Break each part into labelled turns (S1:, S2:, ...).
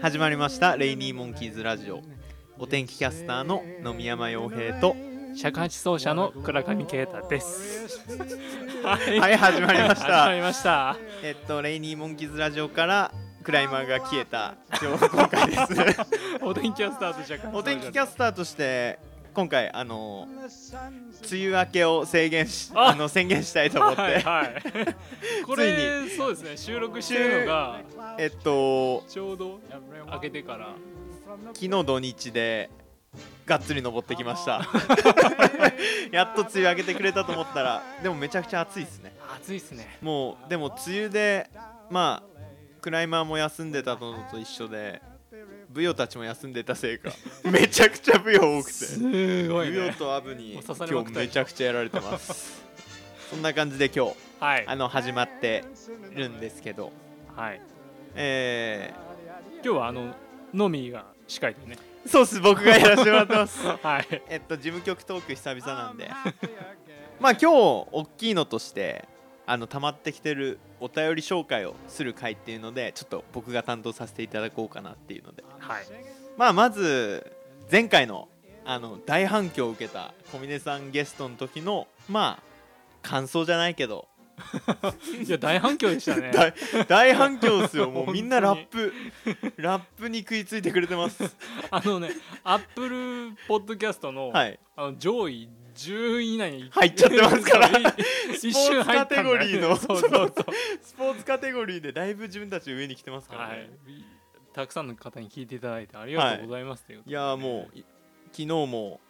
S1: 始まりましたレイニーモンキーズラジオお天気キャスターの野見山洋平と
S2: 尺八奏者の倉上啓太です。は、
S1: はいい始まりまし
S2: 始ま
S1: た
S2: りました。
S1: えっとレイニーモンキーズラジオからクライマーが消えた情報公開 です
S2: お天気キャスターと尺八奏者。
S1: お天気キャスターとして今回あの梅雨明けを制限し
S2: あ
S1: あの宣言したいと思って、
S2: はいはい。これそうですね。収録してるのが
S1: えっと
S2: ちょうど開けてから。
S1: 昨日土日でがっつり登ってきましたやっと梅雨明けてくれたと思ったらでもめちゃくちゃ暑いですね
S2: 暑いですね。
S1: もうでも梅雨でまあクライマーも休んでたのと一緒でブヨたちも休んでたせいか めちゃくちゃブヨ多くて、
S2: すごい
S1: ブヨ
S2: ね。
S1: とアブに
S2: もう刺されま
S1: 今
S2: く
S1: 日
S2: ったでしょ
S1: めちゃくちゃやられてます そんな感じで今日
S2: はい
S1: あの始まってるんですけど
S2: はい。
S1: え
S2: 今日はあのノミーが司会でね。
S1: ー、そうっす僕がやらせてもらってます
S2: はい。
S1: えっと事務局トーク久々なん でまあ今日大きいのとしてあの溜まってきてるお便り紹介をする回っていうのでちょっと僕が担当させていただこうかなっていうので
S2: はい。
S1: まあまず前回のあの大反響を受けた小峰さんゲストの時のまあ感想じゃないけど、
S2: いや大反響でしたね。
S1: 大大反響ですよも
S2: 本当
S1: う
S2: に
S1: みんなラッ プラップに食いついてくれてます
S2: あのね、アップルポッドキャストの、
S1: はい
S2: あの上位10位以内に
S1: 入っちゃってますから
S2: そうい
S1: ポーツ
S2: 一瞬入ったんだ
S1: カテ
S2: よ
S1: ゴリーの
S2: そうそうそう
S1: スポーツカテゴリーでだいぶ自分たち上に来てますからね、
S2: はい、たくさんの方に聞いていただいてありがとうございますというこ
S1: い
S2: とで、
S1: やーもうい昨日も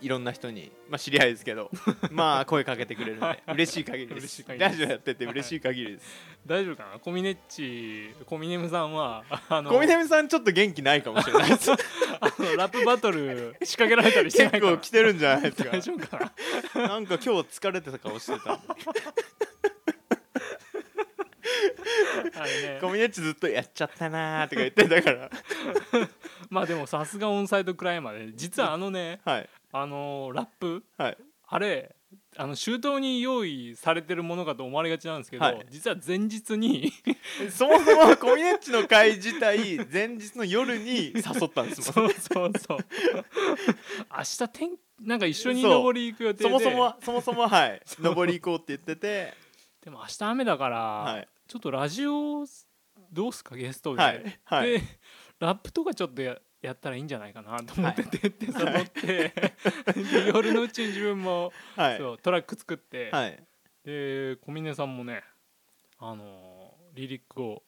S1: いろんな人に、まあ、知り合いですけ どまあ声かけてくれるんで嬉しい限りで
S2: 嬉し
S1: す
S2: い限りで
S1: ラ
S2: す
S1: ジオやってて嬉しい限りです
S2: 大丈夫かなコミネッチコミネムさんはあの
S1: 小南さんちょっと元気ないかもしれない です
S2: あのラップバトル仕掛けられたりしてな
S1: 結
S2: いかな
S1: 構来てるんじゃない
S2: 大
S1: です
S2: 丈夫かな
S1: かなんか今日疲れてた顔して た
S2: あ れね
S1: 小南っちずっとやっちゃったなーとか言ってた から
S2: まあでもさすがオンサイドクライマーで実はあのね
S1: はい
S2: あのラップ
S1: はい
S2: あれあの周到に用意されてるものかと思われがちなんですけど、
S1: はい
S2: 実は前日 に
S1: そもそも小南っちの会自体前日の夜に誘ったんですもん
S2: そうそうそう明日天なんか一緒に登り行く予定で
S1: そもそもはそもそもは はい登り行こうって言ってて
S2: でも明日雨だから、
S1: はい
S2: ちょっとラジオどうすかゲストで、
S1: はいはい
S2: でラップとかちょっとややったらいいんじゃないかなと思ってて、 って誘って、で夜のうちに自分も、
S1: はい
S2: そうトラック作って、
S1: はい
S2: で小峰さんもねあのーリリックを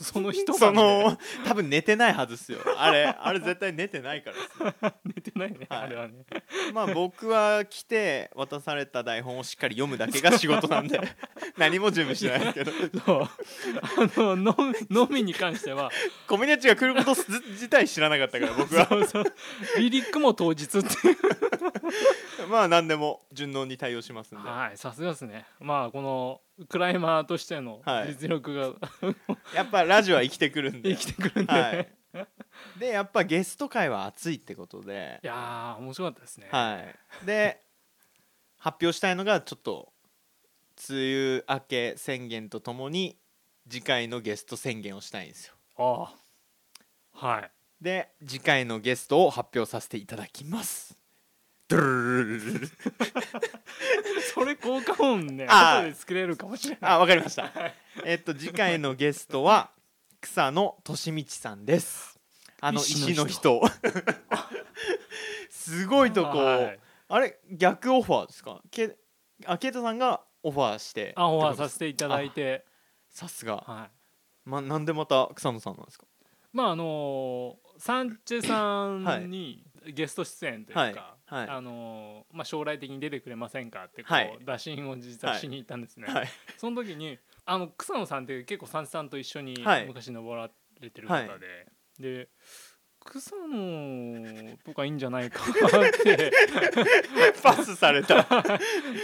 S2: そ その人
S1: その多分寝てないはずっすよあれあれ絶対寝てないからっすよ
S2: 寝てないね、
S1: はい
S2: あれはね
S1: まあ僕は来て渡された台本をしっかり読むだけが仕事 なんで何も準備してないですけど
S2: そうあのののみに関しては
S1: コミュニティが来ることす自体知らなかったから僕は
S2: そうそうリリックも当日っていう
S1: まあ何でも順応に対応しますんで
S2: はい、さすがですね。まあこのクライマーとしての
S1: はい
S2: 実力が、
S1: やっぱラジオは生きてくるんで
S2: 生きてくるんで、、
S1: はい いでやっぱゲスト会は熱いってことで
S2: やー面白かったですね。
S1: はいで発表したいのがちょっと梅雨明け宣言とともに次回のゲスト宣言をしたいんですよ
S2: ああ、はい。
S1: で次回のゲストを発表させていただきますドゥルルルルルル
S2: それ効果音ね、
S1: あー
S2: 後で作れるかもしれない。
S1: あわかりましたえっと次回のゲストは草野俊道さんですあの石
S2: 石
S1: の
S2: の
S1: 人 すごいとこ、
S2: はい
S1: あれ逆オファーですかけあケイタさんがオファーして
S2: あ、オファーさせていただいて、
S1: さすが、
S2: はい。
S1: ま、なんでまた草野さんなんですか
S2: まああのーサンチェさんにゲスト出演というか、
S1: はいはい
S2: あのーまあ将来的に出てくれませんかってこう、
S1: はい
S2: 打診を実はしに行ったんですね。
S1: はい
S2: その時にあの草野さんって結構三枝さんと一緒に
S1: はい
S2: 昔登られてる方で、
S1: はい
S2: で草野とかいいんじゃないか って
S1: パスされ た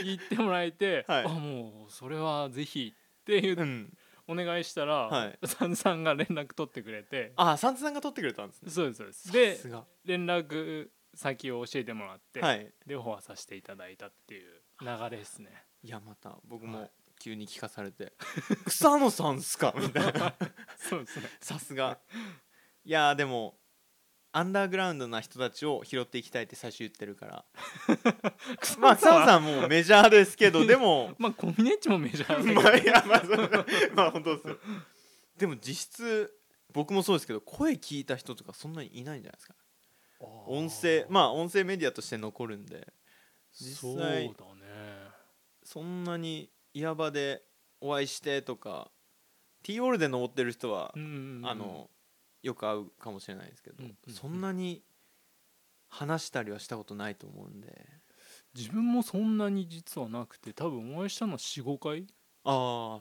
S2: 言ってもらえて、
S1: はい
S2: あもうそれはぜひっていう
S1: うん
S2: お願いしたら、
S1: はい
S2: 三枝さんが連絡取ってくれて
S1: あサンツさんが取ってくれたんですね
S2: そうですそうです
S1: さす
S2: で
S1: が
S2: 連絡先を教えてもらって、
S1: はい
S2: でオファーさせていただいたっていう流れですね。
S1: いやまた僕
S2: は
S1: も
S2: い
S1: 急に聞かされて「草野さんっすか?」みたいな
S2: そうですね
S1: さすがいやーでもアンダーグラウンドな人たちを拾っていきたいって最初言ってる からまあ草野
S2: ん
S1: さんもうメジャーですけどでも
S2: まあコミネッチもメジャーだけど
S1: まあいやまあそう まあ本当ですよでも実質僕もそうですけど声聞いた人とかそんなにいないんじゃないですか音声まあ音声メディアとして残るんで実際
S2: そうだね
S1: そんなに岩場でお会いしてとか T オールで登ってる人は、
S2: うんうんうん
S1: あのよく会うかもしれないですけど、
S2: うんうんうん
S1: そんなに話したりはしたことないと思うんで
S2: 自分もそんなに実はなくて多分お会いしたのは45回
S1: ああ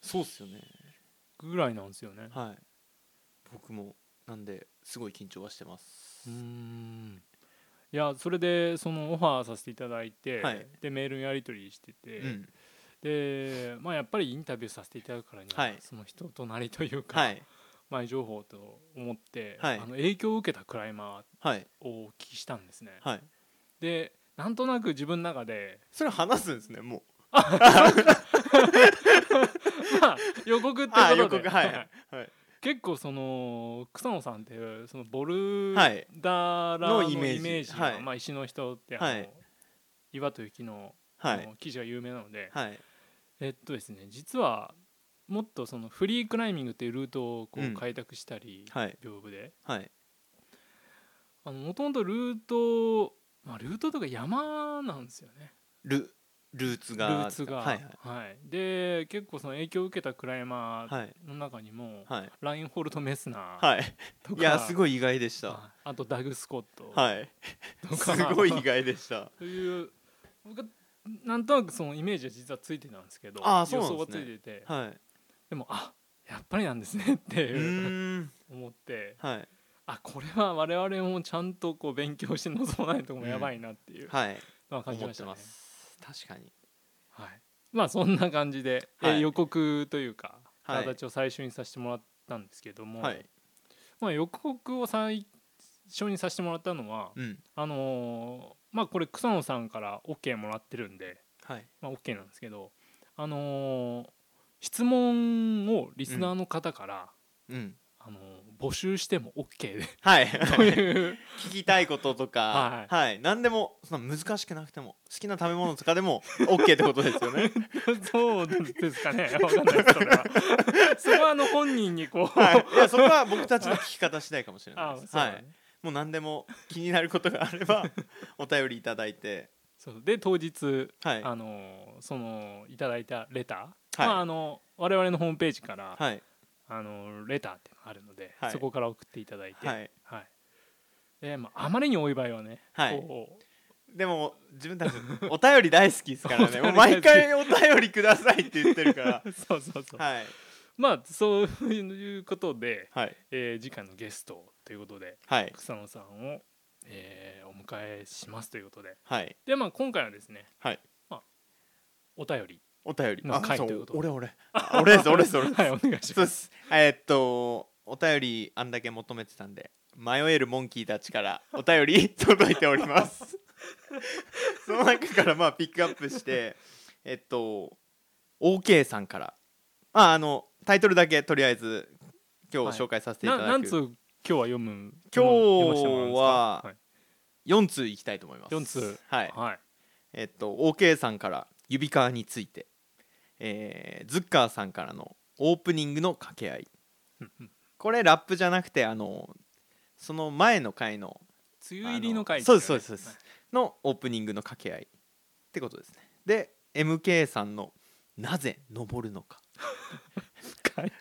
S1: そうっすよね
S2: ぐらいなんですよね
S1: はい僕もなんですごい緊張はしてます
S2: うーんいやそれでそのオファーさせていただいて、
S1: はい
S2: でメールのやり取りしてて、
S1: うん
S2: で、まあ、やっぱりインタビューさせていただくからには、
S1: はい
S2: その人となりというか、
S1: はい
S2: 前情報と思って、
S1: はい
S2: あの影響を受けたクライマ
S1: はい
S2: ーをお聞きしたんですね、
S1: はい
S2: でなんとなく自分の中で、
S1: それ話すんですねもう
S2: まあ、予告って こ
S1: ああ
S2: とで
S1: 予告はいはい、はい、
S2: 結構その草野さんっていうそのボルダ
S1: はい
S2: ーラー
S1: の
S2: の
S1: イ
S2: イ
S1: メ
S2: メ
S1: ージ
S2: ージが
S1: はい
S2: まあ、石の人ってあの、
S1: はい
S2: 岩と雪の
S1: は
S2: あ
S1: い
S2: の記事が有名なので、
S1: はい
S2: えっとですね実はもっとそのフリークライミングっていうルートをこ
S1: うん
S2: う開拓したり、
S1: はい
S2: 屏風で
S1: はい
S2: あのもともとルートまあルートとか山なんですよね
S1: ルルーツ
S2: ル
S1: が
S2: ーツが
S1: はいはい
S2: はいで結構その影響を受けたクライマー
S1: はい
S2: の中にも、
S1: はい
S2: ラインホルト・メスナー
S1: はい
S2: とか、
S1: いやすごい意外でした
S2: ああとダグ・スコット
S1: はい
S2: と
S1: す
S2: か
S1: ごい意外でした
S2: という僕はなんとなくそのイメージは実はついてたんですけど
S1: あーそうなんですね
S2: 予想はついてて
S1: はい
S2: でもあやっぱりなんですねって
S1: う
S2: いう
S1: ーん
S2: 思って
S1: はい
S2: あこれは我々もちゃんとこう勉強して臨まないともやばいなっていう
S1: はい
S2: のは感じ
S1: 思
S2: ま
S1: っ
S2: してたね
S1: ま。す確かに
S2: はい、まあそんな感じで、えー
S1: はい
S2: 予告というか
S1: はい
S2: 形を最初にさせてもらったんですけども、
S1: はい
S2: まあ、予告を最初にさせてもらったのは、
S1: うん
S2: あのーまあこれ草野さんから OK もらってるんで、
S1: はい
S2: まあ、OK なんですけど、あのー質問をリスナーの方から、
S1: うん
S2: あのー募集しても OK で
S1: はい
S2: という
S1: 聞きたいこととかはい何でもそんな難しくなくても好きな食べ物とかでも OK ってことですよね
S2: そうですかねわかんないですそ れはそれはあの本人にこう、
S1: はいいやそこは僕たちの聞き方次第かもしれない
S2: あ
S1: で
S2: そう
S1: す
S2: だ
S1: は
S2: ね
S1: いもう何でも気になることがあればお便りいただいて
S2: そうで当日、
S1: はい
S2: あのーそのいただいたレター、
S1: はい
S2: まああの我々のホームページから、
S1: はい
S2: あのーレターっていうのがあるので、
S1: はい
S2: そこから送っていただいて、
S1: はい
S2: はいでまあ、あまりにお祝いはね、
S1: はい
S2: こう
S1: でも自分たちお便り大好きですからねもう
S2: お便
S1: 毎
S2: り大
S1: 回お便りくださいって言ってるから
S2: そう そうそう、
S1: はい
S2: まあそういうことで、
S1: はい
S2: えー次回のゲストということで
S1: はい
S2: 草野さんを、えーお迎えしますということで
S1: はい
S2: でまあ今回はですね、
S1: はい
S2: まあ、お便り
S1: お便り
S2: の回
S1: そう
S2: ということで
S1: 俺俺あ俺です俺です俺です
S2: はいお願いし
S1: そう
S2: ま
S1: ですすえーっとお便りあんだけ求めてたんで迷えるモンキーたちからお便り届いております その中からまあピックアップしてえっと OK さんからまああのタイトルだけとりあえず今日紹介させていた
S2: な
S1: だく、
S2: なんつう今日は読む
S1: 今日は
S2: 読ませてもらうんですか
S1: 4通いきたいと思います
S2: 四通
S1: は
S2: はいい、はい
S1: えっと OK さんから指輪について、えーズッカーさんからのオープニングの掛け合い
S2: うんうん
S1: これラップじゃなくてあのその前の回の
S2: 梅雨入りの回
S1: あのそうですそうですそうですのオープニングの掛け合いってことですねで MK さんの「なぜ登るのか
S2: はい」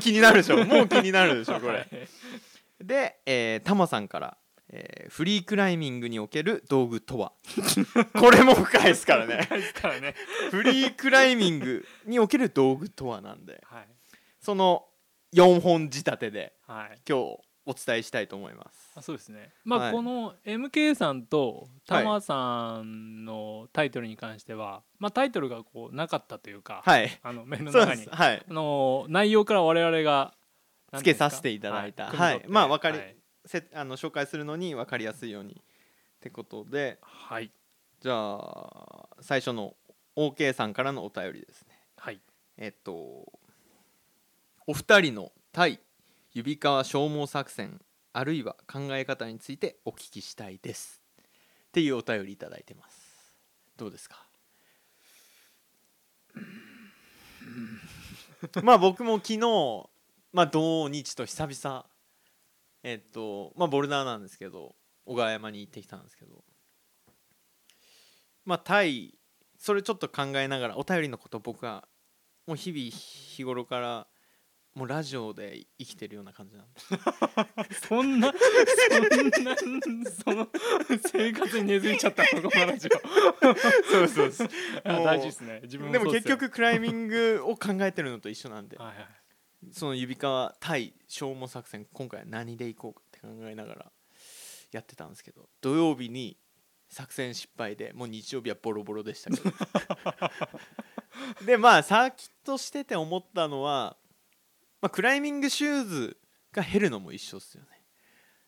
S1: 気になるでし ょもう気になるでしょこ
S2: は
S1: れ
S2: い
S1: で、えー、タマさんから、えーフリークライミングにおける道具とは」 これも深いですからね
S2: ですからね
S1: フリークライミングにおける道具とはなんで
S2: はい
S1: その4本仕立てで
S2: はい
S1: 今日お伝えしたいと思います
S2: あそうですねまあ、
S1: はい
S2: この MK さんとタマさんのタイトルに関しては、まあ、タイトルがこうなかったというか、
S1: はい
S2: あのメールの
S1: そう
S2: 中
S1: で
S2: に
S1: すはい
S2: あの内容から我々が
S1: つけさせていただいた
S2: なんてうんです
S1: はいまあわかり
S2: はい、
S1: せあの紹介するのに分かりやすいようにってことで
S2: はい
S1: じゃあ最初の OK さんからのお便りですね
S2: はい
S1: えっとお二人の対指川消耗作戦あるいは考え方についてお聞きしたいですっていうお便りいただいてますどうですか まあ僕も昨日まあ同日と久々えっとまあボルダーなんですけど小川山に行ってきたんですけどまあタイそれちょっと考えながらお便りのこと僕はもう日々日頃からもうラジオで生きてるような感じなんで
S2: そんなそんなその生活に根付いちゃったのこのラジ
S1: そうそうそう
S2: オあ
S1: もう
S2: 大事ですね自分
S1: でも
S2: そうっ
S1: 結
S2: すよ
S1: 局クライミングを考えてるのと一緒なんで
S2: はいはい
S1: その指輪対消耗作戦今回は何でいこうかって考えながらやってたんですけど土曜日に作戦失敗でもう日曜日はボロボロでしたけどでまあサーキットしてて思ったのは、まあ、クライミングシューズが減るのも一緒っすよね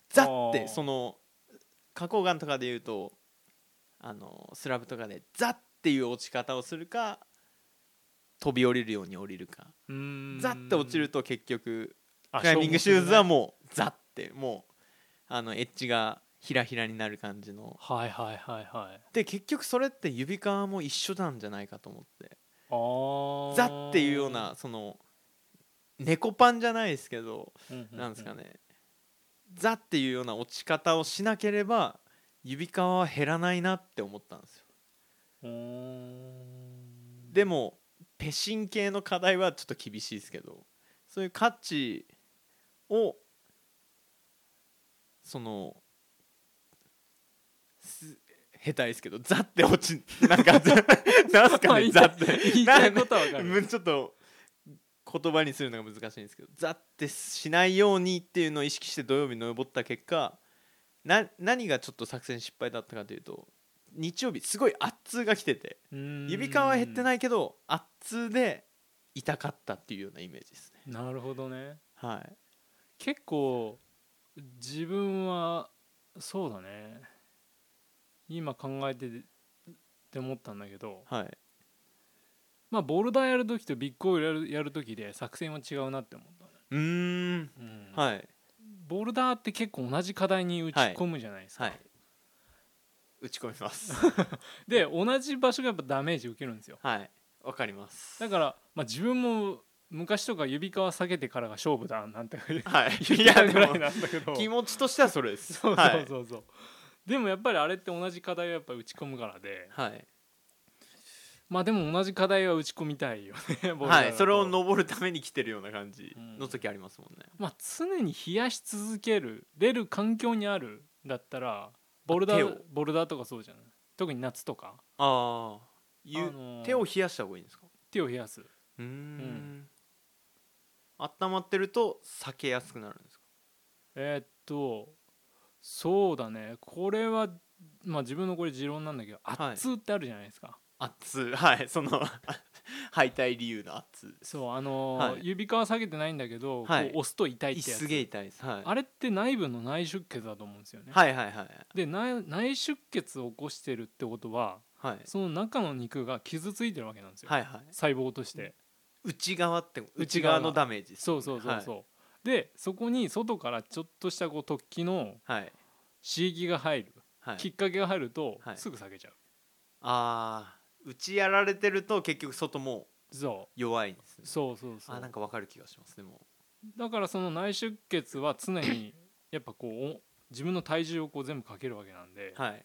S1: ザッ
S2: あ
S1: て
S2: ー
S1: その花崗岩とかで言うとあのスラブとかでザッっていう落ち方をするか飛び降りるように降りるか
S2: うーん
S1: ザッて落ちると結局
S2: あ
S1: クライミングシューズは
S2: 消
S1: もうザッてもうあのエッジがひらひらになる感じの
S2: 耗するねはいはいはいはい
S1: で結局それって指側も一緒なんじゃないかと思って
S2: あー
S1: ザッていうようなその猫パンじゃないですけど
S2: ううう
S1: なんですかねザッていうような落ち方をしなければ指側は減らないなって思ったんですよ
S2: うーん
S1: でもペシン系の課題はちょっと厳しいですけどそういう価値をそのす下手ですけどザって落ちなん かなんす
S2: ま
S1: かね
S2: あ言い
S1: ザ
S2: たい
S1: って
S2: 言いたいことは分か
S1: な
S2: る
S1: んかちょっと言葉にするのが難しいんですけどザってしないようにっていうのを意識して土曜日に登った結果な何がちょっと作戦失敗だったかというと日曜日すごい圧痛が来てて。指感は減って
S2: い
S1: ないけど圧痛で痛かったっていうようなイメージですね
S2: なるほどね
S1: はい
S2: 結構自分はそうだね今考えててって思ったんだけど
S1: はい
S2: まあボルダーやる時とビッグオイルやるやる時で作戦は違うなって思ったね、
S1: うーん
S2: うん
S1: はい
S2: ボルダーって結構同じ課題に打ち込むじゃないですか、
S1: はい打ち込みます
S2: で同じ場所がやっぱダメージ受けるんですよ
S1: はいわかります
S2: だから、まあ、自分も昔とか指皮下げてからが勝負だなんて言って
S1: はい い
S2: た
S1: や
S2: ぐ らい
S1: でも
S2: なんだけど
S1: 気持ちとしてはそれです
S2: そう
S1: は
S2: そう
S1: い
S2: そうそう、でもやっぱりあれって同じ課題をやっぱ打ち込むからで
S1: はい、
S2: まあでも同じ課題は打ち込みたいよ ね僕ら
S1: は
S2: だ
S1: い、
S2: と
S1: それを登るために来てるような感じの時ありますもんね、
S2: まあ常に冷やし続ける出る環境にあるだったらボルダ
S1: 手
S2: ー
S1: を
S2: ボルダーとかそうじゃない特に夏とか
S1: ああ、ゆ
S2: あのー
S1: 手を冷やした方がいいんですか
S2: 手を冷やす
S1: うーん
S2: ん
S1: 温まってると避けやすくなるんですか
S2: えーっとそうだねこれはまあ自分のこれ持論なんだけど
S1: はい
S2: 熱ってあるじゃないですか、
S1: 圧はいその敗退理由の圧
S2: そうあのー
S1: はい
S2: 指皮下げてないんだけど、
S1: はい
S2: こう押すと痛いってやつ
S1: すげえ痛いです、はい、
S2: あれって内部の内出血だと思うんですよね、
S1: はいはいはい
S2: で内内出血を起こしてるってことは
S1: はい
S2: その中の肉が傷ついてるわけなんですよ、
S1: はいはい
S2: 細胞として、
S1: 内側って内
S2: 内
S1: 側
S2: 側
S1: のダメージです
S2: そ
S1: ね
S2: うそうそうそう、
S1: は
S2: でそこに外からちょっとしたこう突起の
S1: いはい
S2: 刺激が入る、
S1: はい
S2: きっかけが入ると、
S1: はい
S2: すぐ下げちゃう
S1: あー内やられてると結局外も
S2: そ
S1: 弱いんですね
S2: うそうそうそう
S1: あなんかわかる気がしますでも
S2: だからその内出血は常にやっぱこうお自分の体重をこう全部かけるわけなんで、
S1: はい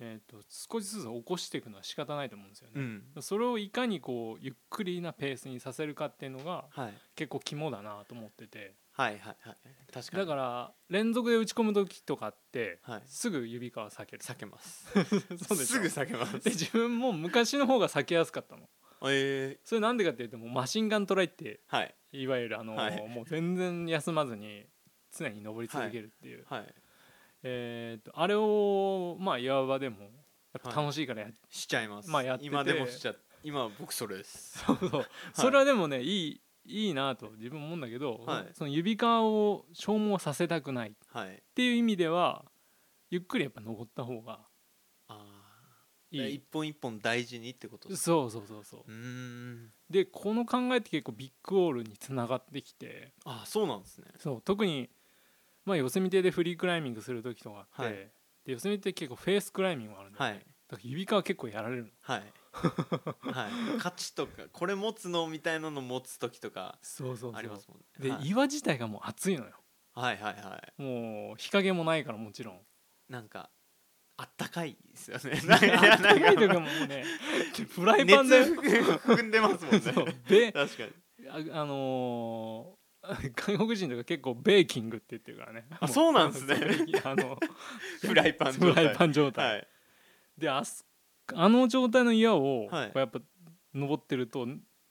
S2: えー、と少しずつ起こしていくのは仕方ないと思うんですよ
S1: う
S2: ね、
S1: ん
S2: それをいかにこうゆっくりなペースにさせるかっていうのが
S1: はい
S2: 結構肝だなと思ってて
S1: はいはいはい確かに
S2: だから連続で打ち込む時とかって、
S1: はい
S2: すぐ指皮避ける
S1: 避けます
S2: そうでしょ
S1: すぐ避けます
S2: で自分も昔の方が避けやすかったの
S1: え
S2: それなんでかっていうともうマシンガントライって
S1: ー、はい
S2: いわゆるあの、
S1: はい
S2: もう全然休まずに常に登り続けるっていう、
S1: はい
S2: えー、とあれをまあ岩場でもやっぱ楽しいからやっ
S1: しちゃいます、
S2: まあやってて
S1: 今でもしちゃ今僕それです
S2: そうそうそれはでもねいいいいなと自分も思うんだけど、
S1: はい
S2: その指皮を消耗させたくないっ
S1: はい
S2: ていう意味ではゆっくりやっぱ登った方が
S1: あ
S2: いい
S1: 一本一本大事にってことです
S2: そうそうそうそう
S1: うーん
S2: でこの考えって結構ビッグオールにつながってきて
S1: あそうなんですね
S2: そう特にまあヨセミテでフリークライミングする時とかあって、
S1: はい
S2: でヨセミテ結構フェースクライミングがあるんだよ
S1: は
S2: ね、
S1: い
S2: だから指輪結構やられるの
S1: はいはい価値とかこれ持つのみたいなの持つ時とか
S2: そうそうそう
S1: ありますもんね
S2: で、
S1: はい、
S2: 岩自体がもう熱いのよ
S1: はいはいはい
S2: もう日陰もないからもちろん
S1: なんかあったかいですよ ね
S2: あったかい時
S1: な
S2: は
S1: んか
S2: もうねフライパンで
S1: 熱含んでますもんね
S2: そうべ
S1: 確かに
S2: ああのー 外国人とか結構ベーキングって言ってるからね
S1: あ
S2: も
S1: そうなんですね
S2: あの
S1: フライパン
S2: フライパン状態、
S1: はい
S2: であすあの状態の岩をこ
S1: はいう
S2: やっぱ登ってると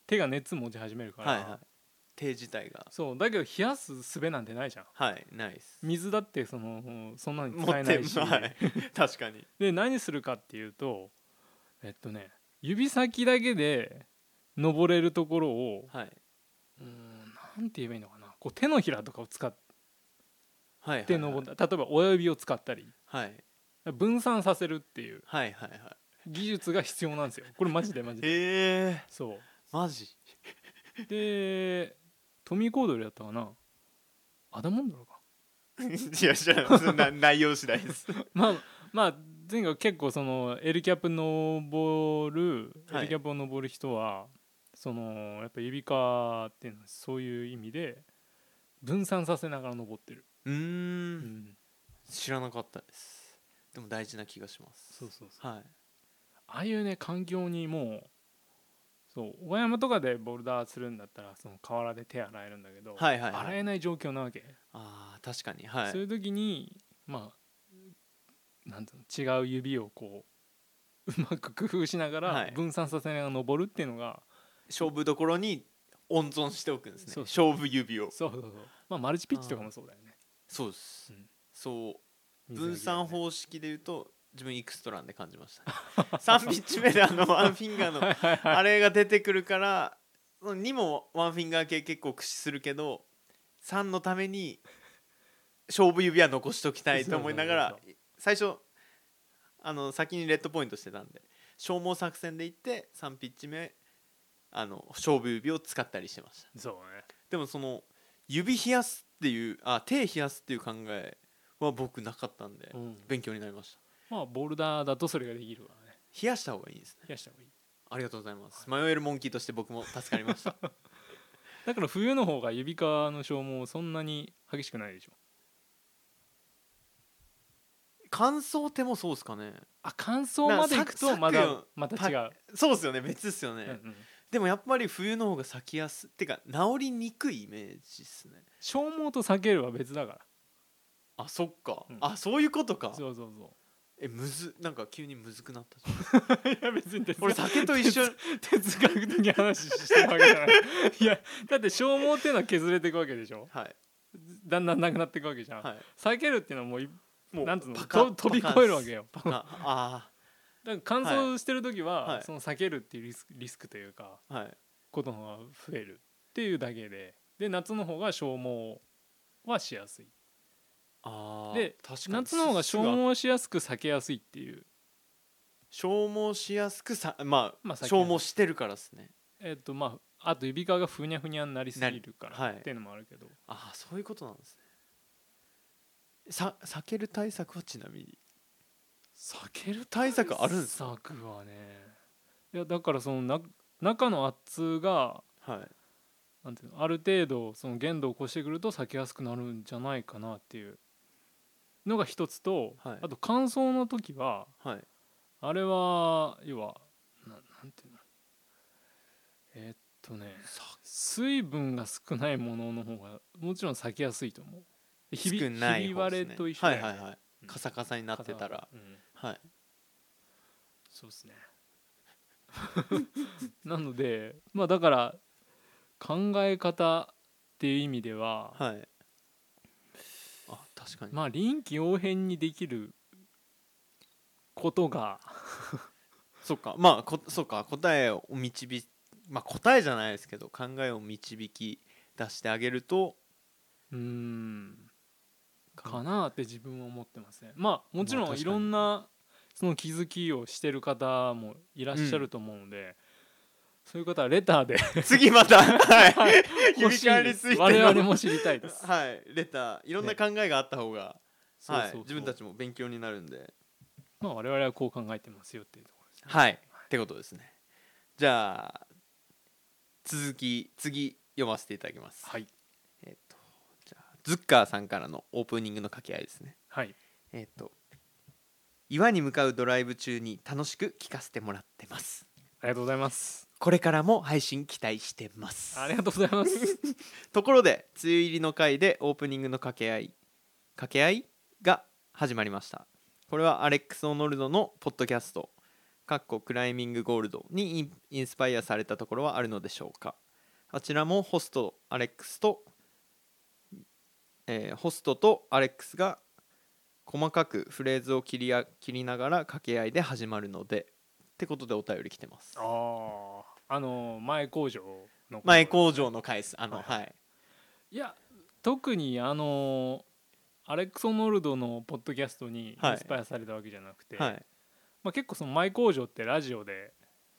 S2: 手が熱持ち始めるから、
S1: はいはい手自体が
S2: そうだけど冷やす術なんてないじゃん
S1: はいないです
S2: 水だってそのそんなに
S1: 持
S2: 使え
S1: っ
S2: な
S1: て
S2: いし、
S1: はい確かに
S2: で何するかっていうとえっとね指先だけで登れるところを
S1: はい
S2: うーんなんて言えばいいのかなこう手のひらとかを使っ
S1: はいはい
S2: て登った例えば親指を使ったり
S1: はい
S2: 分散させるっていう
S1: はいはいは
S2: 技術が必要なんですよこれマジでマジ
S1: い
S2: で
S1: へえ
S2: そう
S1: マジ
S2: でトミー・コードルやったかなアダモンドロか
S1: いや知ら ないそんな内容次第です
S2: まあまあ前回結構その L キャップ登る、
S1: はい
S2: L キャップを登る人はそのやっぱ指輪っていうのはそういう意味で分散させながら登ってる、
S1: うー
S2: うんん、
S1: 知らなかったですでも大事な気がします
S2: そうそうそう
S1: はい
S2: ああいうね環境にもうそう小山とかでボルダーするんだったらその河原で手洗えるんだけど、
S1: はいはいはい
S2: 洗えない状況なわけ、
S1: あー確かには
S2: そ
S1: い
S2: ういう時にまあなんていうの違う指をこううまく工夫しなが
S1: は
S2: ら
S1: い
S2: 分散させながら登るっていうのが、
S1: 勝負どころに温存しておくんですね
S2: そう
S1: 勝負指を
S2: そうそうそうまあマルチピッチとかもそうだよね
S1: そうです
S2: うん
S1: そう
S2: 水だけだね
S1: 分散方式で言うと自分イクストランで感じましたね 3ピッチ目であのワンフィンガーのあれが出てくるから2もワンフィンガー系結構駆使するけど3のために勝負指は残しときたいと思いなが
S2: そ
S1: ら
S2: う
S1: 最初あの先にレッドポイントしてたんで消耗作戦で行って3ピッチ目あの勝負指を使ったりしてました
S2: そうね
S1: でもその指冷やすっていうあ手冷やすっていう考えは僕なかったんで、
S2: うん
S1: 勉強になりました
S2: まあボルダーだとそれができるからね
S1: 冷やした方がいいですね
S2: 冷やした方がいい
S1: ありがとうございます、迷えるモンキーとして僕も助かりま した
S2: だから冬の方が指皮の消耗そんなに激しくないでしょ
S1: 乾燥手もそうですかね
S2: あ乾燥までいく
S1: な
S2: と
S1: ん
S2: ま
S1: か
S2: だ
S1: さ
S2: また違う、
S1: そうですよね別ですよね、
S2: うんうん
S1: でもやっぱり冬の方が咲きやすってか治りにくいイメージですね
S2: 消耗と避けるは別だか
S1: あそっか、
S2: うん
S1: あそういうことから
S2: そうそうそ
S1: えむずなんか急にむずくなったじゃん
S2: ういや別に哲
S1: 俺酒と一 緒
S2: 哲学的話してるわけじゃ ないいやだって消耗っていうのは削れていくわけでしょ
S1: はい
S2: だんだんなくなっていくわけじゃん、
S1: はい
S2: 避けるっていうのはもうい
S1: も
S2: なんつうの
S1: パカ
S2: と飛び越えるわけよ
S1: パカああ
S2: だから乾燥してる時は、
S1: はい
S2: その避けるっていうリスクリスクというか
S1: ーはい
S2: ことの方が増えるっていうだけでで夏の方が消耗はしやすい
S1: あー
S2: で
S1: 確かに
S2: 夏の方が消
S1: すぐ
S2: 耗しやすく避けやすいっていう、
S1: 消耗しやすくさまあ、
S2: まあ先
S1: 消耗してるからですね
S2: えっとまあ、あと指皮がふにゃふにゃになりすぎるか
S1: な
S2: ら
S1: りはい
S2: っていうのもあるけど、
S1: ああそういうことなんですねさ避ける対策はちなみに
S2: 避ける
S1: 対策あるんです
S2: 対策はねいやだからそのな中の圧が
S1: はい
S2: なんていうのある程度その限度を越してくると避けやすくなるんじゃないかなっていうのが一つと、
S1: はい
S2: あと乾燥の時は
S1: はい
S2: あれは要はななんていうのえーっとね水分が少ないものの方がもちろん避けやすいと思うひび
S1: 少ない
S2: ひび
S1: 方で
S2: 割
S1: すね
S2: れと一緒
S1: は
S2: だ
S1: い
S2: よね
S1: はいはいカサカサになってたら、
S2: うん
S1: はい
S2: そうですね なのでまあだから考え方っていう意味では、
S1: はいあ確かに、
S2: まあ臨機応変にできることが
S1: そっかまあこそっか答えを導きまあ答えじゃないですけど考えを導き出してあげる と
S2: うーんかなって自分は思ってますねまあもちろ
S1: まあ
S2: んい
S1: 確かに
S2: ろんなその気づきをしてる方もいらっしゃると思うので、そういう方はレタ ーで
S1: 次またはい
S2: 欲しい
S1: 返
S2: で
S1: り
S2: す
S1: ついての
S2: 我々も知りたいです、
S1: はいレターいろんな
S2: ね
S1: 考えがあった方が、
S2: そうそう
S1: はい
S2: そう
S1: 自分たちも勉強になるんで
S2: まあ我々はこう考えてますよっていうところですね
S1: はいってことですねじゃあ続き次読ませていただきます、
S2: はい
S1: えっとじゃあズッカーさんからのオープニングの掛け合いですね
S2: はい
S1: えっ、と岩に向かうドライブ中に楽しく聞かせてもらってます
S2: ありがとうございます
S1: これからも配信期待してます
S2: ありがとうございます
S1: ところで梅雨入りの回でオープニングの掛け合い掛け合いが始まりましたこれはアレックス・オノルドのポッドキャストかっこクライミングゴールドにインインスパイアされたところはあるのでしょうかあちらもホストアレックスと、えーホストとアレックスが細かくフレーズを切りや切りながら掛け合いで始まるのでってことでお便り来てます
S2: あああの前工場の
S1: 前工場の回数あの
S2: はい
S1: はい
S2: いや特にあのアレックソノルドのポッドキャストにイ
S1: はい
S2: ンスパイアされたわけじゃなくて、
S1: はい
S2: まあ、結構その「マイ工場」ってラジオで、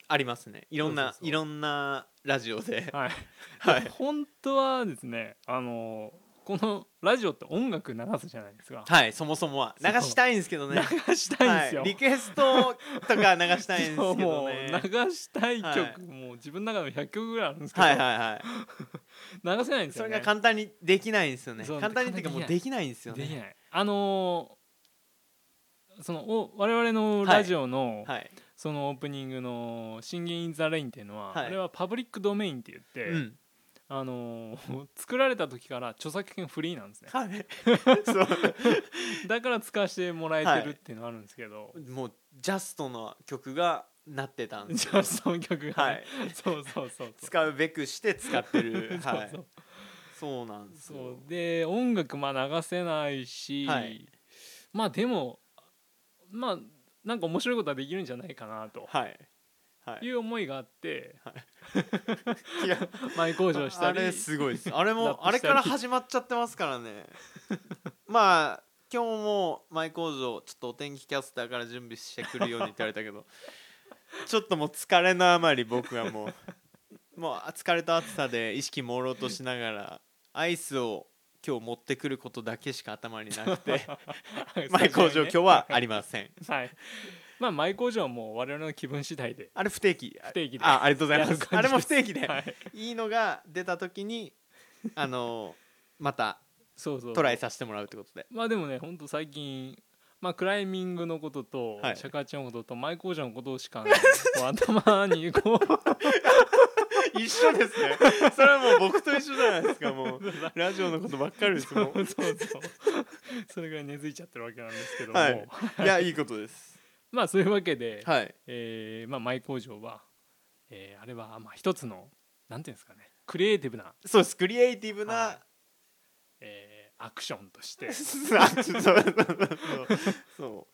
S1: ありますねいろんな
S2: そうそうそう
S1: いろんなラジオ で
S2: はい
S1: はい
S2: 本当はですねあのこのラジオって音楽流すじゃないですか、
S1: はいそもそもは流
S2: そう
S1: したいんですけどね
S2: 流したいんですよ、
S1: はい、リクエストとか流したいんですけ
S2: そ
S1: ど
S2: うもう
S1: ね
S2: 流したい曲、
S1: はい
S2: もう自分の中でも100曲ぐらいあるんですけど、
S1: はいはいはい
S2: 流せないんです
S1: そ
S2: よ
S1: れ
S2: ね
S1: が簡単にできないんですよね
S2: そう
S1: 簡単にっていうかもう
S2: 簡単に
S1: できないんですよ
S2: でき
S1: ね
S2: ないあのーそのお我々のラジオの、
S1: はい
S2: そのオープニングの「シンギン・イン・ザ・レイン」っていうのは、
S1: はい
S2: あれはパブリックドメインって言って、
S1: うん
S2: あのー作られた時から著作権フリーなんで すね
S1: はい そう
S2: だから使わせてもらえてるっていうのはあるんですけど、
S1: もうジャストの曲がなってたんです
S2: じゃあその曲が、
S1: はい
S2: そうそうそう そう
S1: 使うべくして使ってる
S2: そう
S1: はい
S2: そう
S1: そうなんですよ
S2: そうで音楽まあ流せないし、
S1: はい
S2: まあでもまあなんか面白いことはできるんじゃないかなと
S1: はいはい
S2: いう思いがあって、
S1: いや
S2: 前工場した
S1: あ
S2: り
S1: れ すごいですあれ
S2: ラッ
S1: も
S2: プしたり
S1: あれから始まっちゃってますから ねまあ今日も前工場ちょっとお天気キャスターから準備してくるようにって言われたけどちょっともう疲れのあまり僕はも うもう疲れた暑さで意識朦朧としながらアイスを今日持ってくることだけしか頭になく て前工場今日はありません
S2: はい。まあ、マイ工場も我々の気分次第で。
S1: あれ不定期
S2: 不定期で
S1: あありがとうござい
S2: や
S1: ま
S2: る
S1: す
S2: 感
S1: あ
S2: じで
S1: れ
S2: す
S1: も不定期で、
S2: はい。
S1: いいのが出た時にあのまた
S2: そうそう。
S1: トライさせてもらうってことで
S2: まあ、でもね、本当最近。まあ、クライミングのことと、
S1: はい
S2: 社会地のことと、マイ工場のことしか、ね、こう頭にこ う。
S1: 一緒です ねそれはもう僕と一緒じゃないですかもうラジオのことばっかりです
S2: そ
S1: も
S2: うそうそう。それぐらい根付いちゃってるわけなんですけども。
S1: はいんいやいいことです
S2: まあ、そういうわけで、
S1: はい
S2: えーまあ、マイ工場は。えーあれは、まあ、一つの。なんていうんですかね。クリエイティブな、
S1: そうですクリエイティブな、。
S2: はえーアクションとして
S1: そうそうそう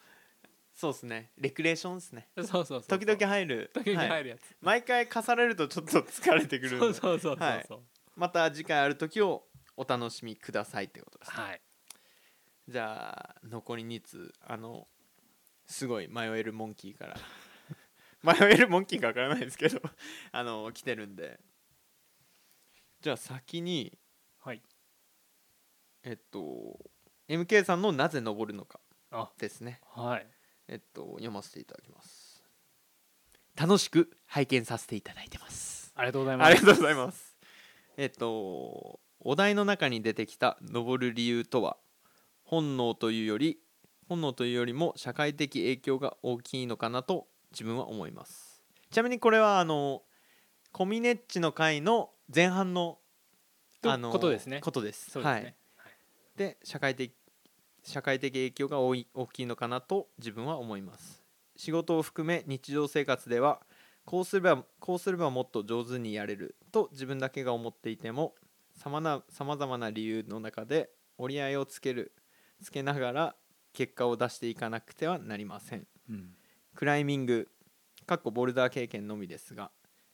S1: そうですねレクレーションですね
S2: そうそうそう。
S1: 時々。入る
S2: 時々
S1: は
S2: 入
S1: い、
S2: るやつ。
S1: 毎回課されるとちょっと疲れてくるんで
S2: そうそうそうそうそう。
S1: はいまた次回ある時をお楽しみくださいってことですね
S2: はい。
S1: じゃあ残り2通あのすごい迷えるモンキーから 迷えるモンキーかわからないですけど あの来てるんでじゃあ先に
S2: はい。
S1: えっと MK さんの「なぜ登るのか
S2: あ、」
S1: ですね
S2: はい。
S1: えっと読ませていただきます楽しく拝見させていただいてます
S2: ありがとうございます。
S1: ありがとうございます。えっと、お題の中に出てきた登る理由とは、本能というより、本能というよりも社会的影響が大きいのかなと自分は思います。ちなみにこれは、あの、コミネッチの回の前半の、
S2: とことですね
S1: ことです。
S2: そうです
S1: はい
S2: ね。。
S1: で社会的社会的影響が多い大きいのかなと自分は思います仕事を含め日常生活ではこうすればこうすればもっと上手にやれると自分だけが思っていてもさまな様々な理由の中で折り合いをつけるつけながら結果を出していかなくてはなりません
S2: うん。
S1: クライミングかっこボルダー経験のみですが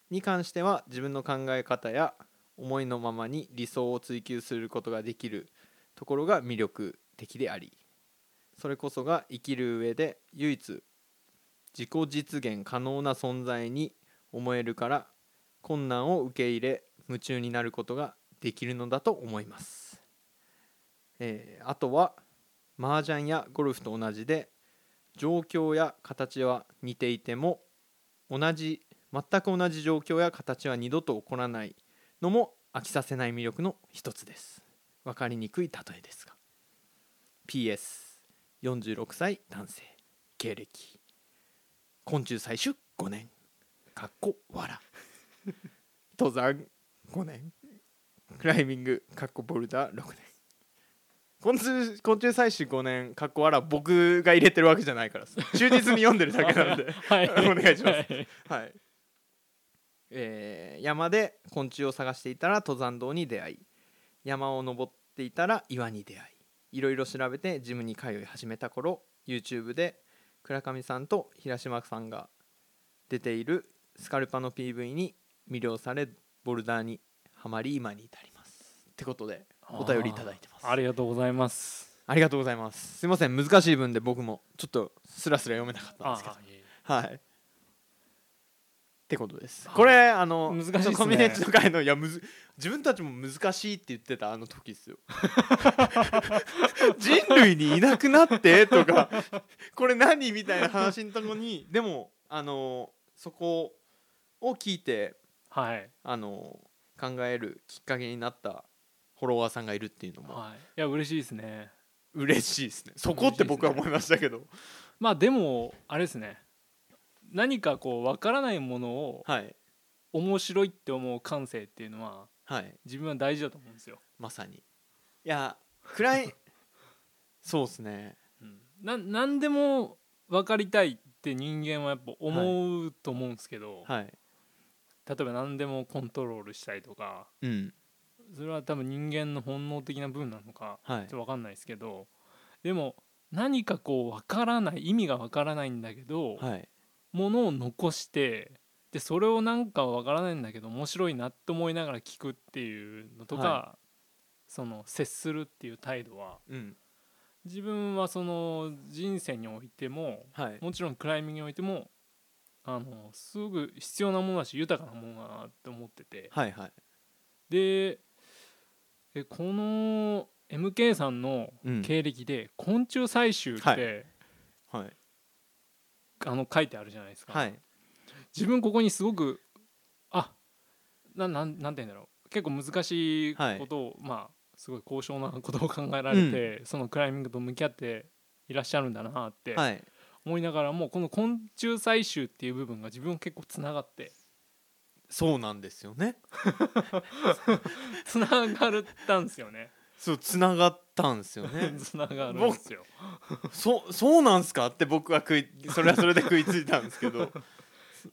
S1: に関しては自分の考え方や思いのままに理想を追求することができるところが魅力的でありそれこそが生きる上で唯一自己実現可能な存在に思えるから困難を受け入れ夢中になることができるのだと思います、えーあとは麻雀やゴルフと同じで状況や形は似ていても同じ全く同じ状況や形は二度と起こらないのも飽きさせない魅力の一つです分かりにくい例えですが PS46 歳男性経歴昆虫採取5年かっこ笑登山5年クライミングかっこボルダー6年昆虫昆虫採取5年かっこ笑僕が入れてるわけじゃないからさ忠実に読んでるだけなんで
S2: はい、
S1: お願いします
S2: はい
S1: はい、えー山で昆虫を探していたら登山道に出会い山を登っていたら岩に出会いいろいろ調べてジムに通い始めた頃 YouTube で倉上さんと平島さんが出ているスカルパの PV に魅了されボルダーにはまり今に至りますってことでお便りいただいてます
S2: あーありがとうございます
S1: ありがとうございますすいません難しい文で僕もちょっとスラスラ読めなかったんですけど
S2: あーいえいえ
S1: はい。ってことです。
S2: はい
S1: これあの
S2: 難しいっすね
S1: コミュニティの会のいやむず自分たちも難しいって言ってたあの時ですよ。 人類にいなくなってとかこれ何みたいな話のとこにでもあのそこを聞いて
S2: はい
S1: あの考えるきっかけになったフォロワーさんがいるっていうのも
S2: はいいや嬉しいですね
S1: 嬉しいですね。そこって僕は思いましたけど。
S2: まあでもあれですね何かこう分からないものを
S1: はい
S2: 面白いって思う感性っていうのは
S1: はい。
S2: 自分は大事だと思うんですよ、
S1: まさにいや暗い そうですね
S2: うん、な何でも分かりたいって人間はやっぱ思うと思うんですけど、
S1: はい
S2: 例えば何でもコントロールしたいとか
S1: うん
S2: それは多分人間の本能的な部分なのか
S1: は
S2: ちょ
S1: い
S2: っと分かんないですけどでも何かこう分からない意味が分からないんだけど、
S1: はい
S2: ものを残してでそれをなんかわからないんだけど面白いなって思いながら聞くっていうのとか、
S1: は
S2: その接するっていう態度は
S1: うん
S2: 自分はその人生においても
S1: はい
S2: もちろんクライミングにおいてもあのすごく必要なものだし豊かなものだなって思ってて
S1: はいはい
S2: でえこの MK さんの
S1: うん
S2: 経歴で昆虫採集って、
S1: はいはい
S2: あの書いてあるじゃないですか。
S1: はい
S2: 自分ここにすごくあななんなんて言うんだろう結構難しいことを、まあすごい高尚なことを考えられて、そのクライミングと向き合っていらっしゃるんだなって
S1: はい
S2: 思いながらも、この昆虫採集っていう部分が自分結構つながって
S1: そうなんですよね
S2: つながるったんです よね
S1: そうつながったんですよね
S2: つながるんですよ
S1: そそうなんすかって僕は食いそれはそれで食いついたんです けど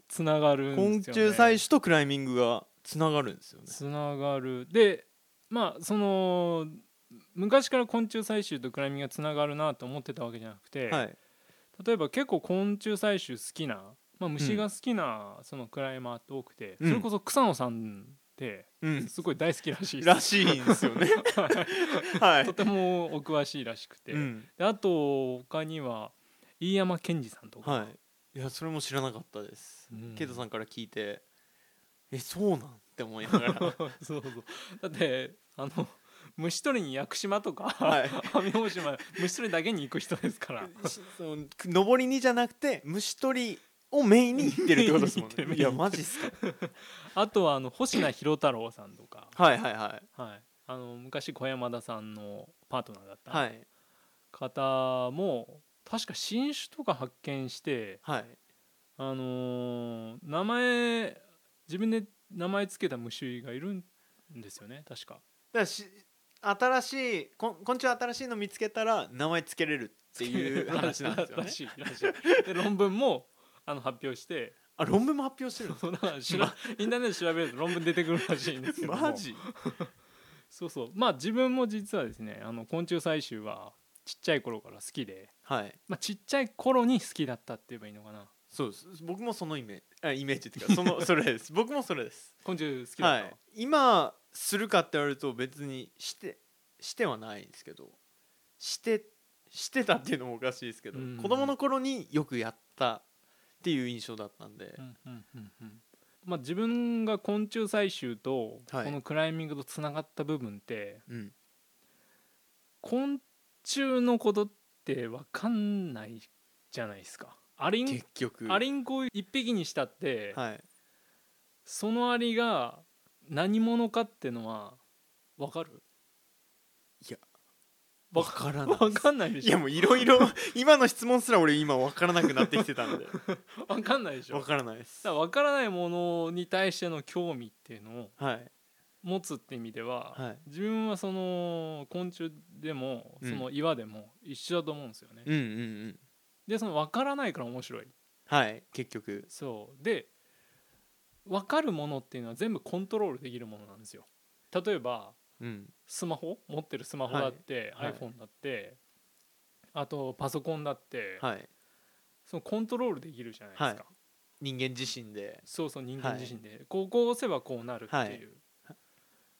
S2: つながる
S1: 昆
S2: んです
S1: 虫
S2: よ、ね、
S1: 採取とクライミングがつながるんですよね
S2: つながるでまあその昔から昆虫採集とクライミングがつながるなと思ってたわけじゃなくて、
S1: はい
S2: 例えば結構昆虫採集好きな、まあ、虫が好きなそのクライマーって多くて、
S1: うん
S2: それこそ草野さんって
S1: うん
S2: すごい大好きらしいで す
S1: らしいんですよねは
S2: と
S1: い
S2: てもお詳しいらしくて、
S1: うん
S2: であと他には飯山健二さんとか、
S1: はいいやそれも知らなかったです
S2: うん
S1: ケイトさんから聞いてえそうなんって思いなが ら
S2: そうそうだってあの虫取りに屋久島とか、
S1: はい
S2: 奄美大島虫取りだけに行く人ですから
S1: しそのく登りにじゃなくて虫取りをメインに行ってるってことですもん
S2: メインに行っ
S1: ね
S2: て
S1: いやマジっすか
S2: あとはあの星名博太郎さんとか、
S1: はいはいはい
S2: はい、あの昔小山田さんのパートナーだった、
S1: はい
S2: 方も確か新種とか発見して、
S1: はい
S2: あのー名前自分で名前つけた虫がいるんですよね確か
S1: だし新しいこん昆虫新しいの見つけたら名前つけれるっていう話なんですよ ね
S2: らしいらしいで論文もあの発表して
S1: あ論文も発表してるんで
S2: そうだから調べインターネットで調べると論文出てくるらしいんです
S1: す
S2: けども
S1: マジ
S2: そうそうまあ自分も実はですねあの昆虫採集はちっちゃい頃から好きで、
S1: はい
S2: まあ、ちっちゃい頃に好きだったって言えばいいのかな
S1: そうです僕もそのイメージあイメージっていうかそ のそれです僕もそれです
S2: 昆虫好きだ
S1: は
S2: った、
S1: い今するかって言われると別にしてしてはないんですけどしてしてたっていうのもおかしいですけど
S2: うん
S1: 子供の頃によくやったっていう印象だったんで、
S2: うんうんうんうんまあ、自分が昆虫採集とこ
S1: はい
S2: のクライミングとつながった部分って
S1: うん、
S2: 昆虫のことって分かんないじゃないですかアリン
S1: 結局
S2: アリンコを一匹にしたって、
S1: はい
S2: そのアリが何者かってのは分かる
S1: いや
S2: わ
S1: わからない
S2: 分かんないで
S1: い
S2: し
S1: や
S2: ょ
S1: もういろいろ今の質問すら俺今分からなくなってきてたんで
S2: 分かんないでしょ
S1: 分からないです
S2: だから分からないものに対しての興味っていうのを
S1: はい
S2: 持つって意味では、
S1: はい
S2: 自分はその昆虫でも
S1: うん
S2: その岩でも一緒だと思うんですよね、
S1: うんうんうん
S2: でその分からないから面白い
S1: はい結局
S2: そうで分かるものっていうのは全部コントロールできるものなんですよ例えば
S1: うん
S2: スマホ持ってるスマホだって、
S1: はいはい
S2: iPhone だってあとパソコンだって、
S1: はい
S2: そのコントロールできるじゃないですか、
S1: はい人間自身で
S2: そうそう人間自身で、こうこう押せばこうなるっていう、
S1: はい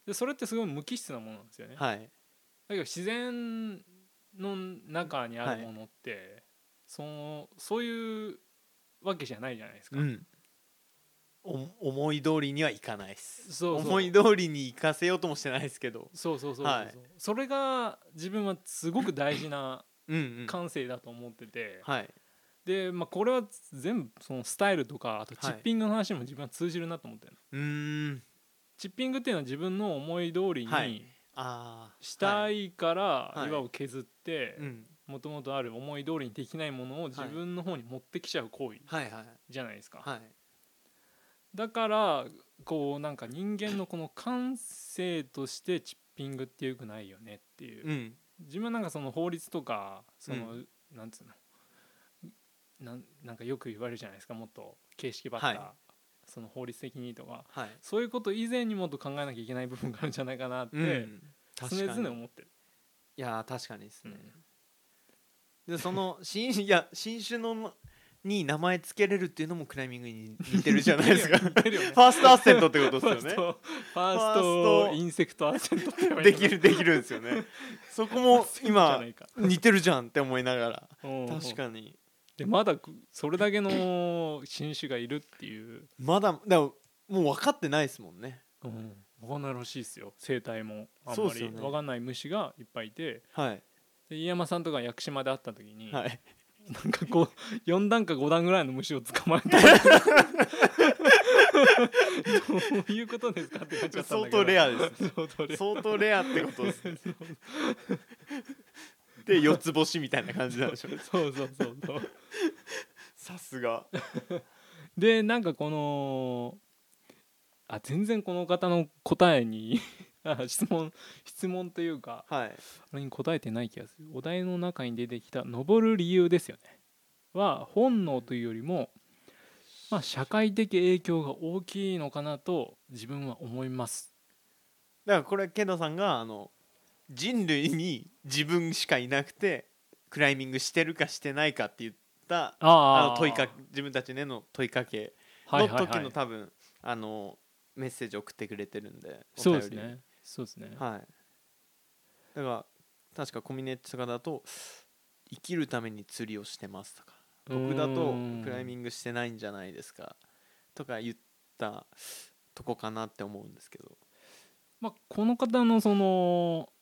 S2: でそれってすごい無機質なものなんですよね、だ
S1: はい
S2: けど自然の中にあるものって、そのそういうわけじゃないじゃないですか、
S1: うんお思い通りにはいかないっす
S2: そうそう
S1: 思い通りに行かせようともしてないですけど
S2: そうそうそうそう、
S1: はい
S2: それが自分はすごく大事な
S1: うんうん
S2: 感性だと思ってて、
S1: はい
S2: で、まあ、これは全部そのスタイルとかあとチッピングの話にも自分は通じるなと思ってる、
S1: うーん
S2: チッピングっていうのは自分の思い通り
S1: はい
S2: に
S1: ああ
S2: した
S1: い、
S2: いから
S1: はい
S2: 岩を削って
S1: うん、
S2: もともとある思い通りにできないものを自分の方に持ってきちゃう行為
S1: はいはい
S2: じゃないですか、
S1: はい
S2: だからこうなんか人間のこの感性としてチッピングってよくないよねっていう、
S1: うん
S2: 自分はなんかその法律とかその、
S1: う
S2: なんつうのなんなんかよく言われるじゃないですかもっと形式ばっか、
S1: はい
S2: その法律的にとか
S1: はい
S2: そういうこと以前にもっと考えなきゃいけない部分があるんじゃないかなって、
S1: うん
S2: 常
S1: 確かに
S2: 々思ってる。
S1: いやー確かにですね、
S2: うん
S1: でその新いや新種のに名前つけれるっていうのもクライミングに似てるじゃないですかフ
S2: 似てるよね
S1: ァーストアッセントってこと
S2: ファー
S1: で
S2: ス
S1: すよね
S2: トファース
S1: ファース
S2: ト
S1: ト
S2: インセクトアセントって言えばい
S1: で
S2: いの
S1: き るできるんですよねそこも
S2: じゃ
S1: 今
S2: ないか
S1: 似てるじゃんって思いながら
S2: うん
S1: 確かに
S2: でまだそれだけの新種がいるっていう、
S1: まだだもう分かってないですもんね
S2: うん、分かんないらしいですよ生態もあん
S1: そう
S2: ま
S1: っす
S2: り
S1: よね
S2: 分かんない虫がいっぱいいて
S1: はい
S2: で飯山さんとか屋久島で会った時に、
S1: はい
S2: なんかこう4段か5段ぐらいの虫を捕まえ てどういうことですかって感じだったんだ
S1: 相
S2: けど
S1: 当レアです
S2: 相当レア
S1: 相当レアってことですねで四つ星みたいな感じなんで しょうね
S2: そうそうそうそう
S1: さすが
S2: でなんかこのあ全然この方の答えに あ質問質問というか
S1: はい
S2: あれに答えてない気がするお題の中に出てきた「登る理由」ですよねは本能というよりも、まあ、社会的影響が大きいのかなと自分は思います
S1: だからこれケンドさんがあの人類に自分しかいなくてクライミングしてるかしてないかって言ったあ
S2: あ
S1: の問いか自分たちへの問いかけ
S2: はい
S1: の
S2: はい
S1: 時
S2: は
S1: の
S2: い、
S1: 多分あのメッセージ送ってくれてるんでお
S2: そう
S1: 便
S2: で
S1: り
S2: すねそうですね、
S1: はいだから確かコミネッチとかだと「生きるために釣りをしてます」とか「僕だとクライミ
S2: ング
S1: ングしてないんじゃないですか」とか言ったとこかなって思うんですけど
S2: まあ、この方のその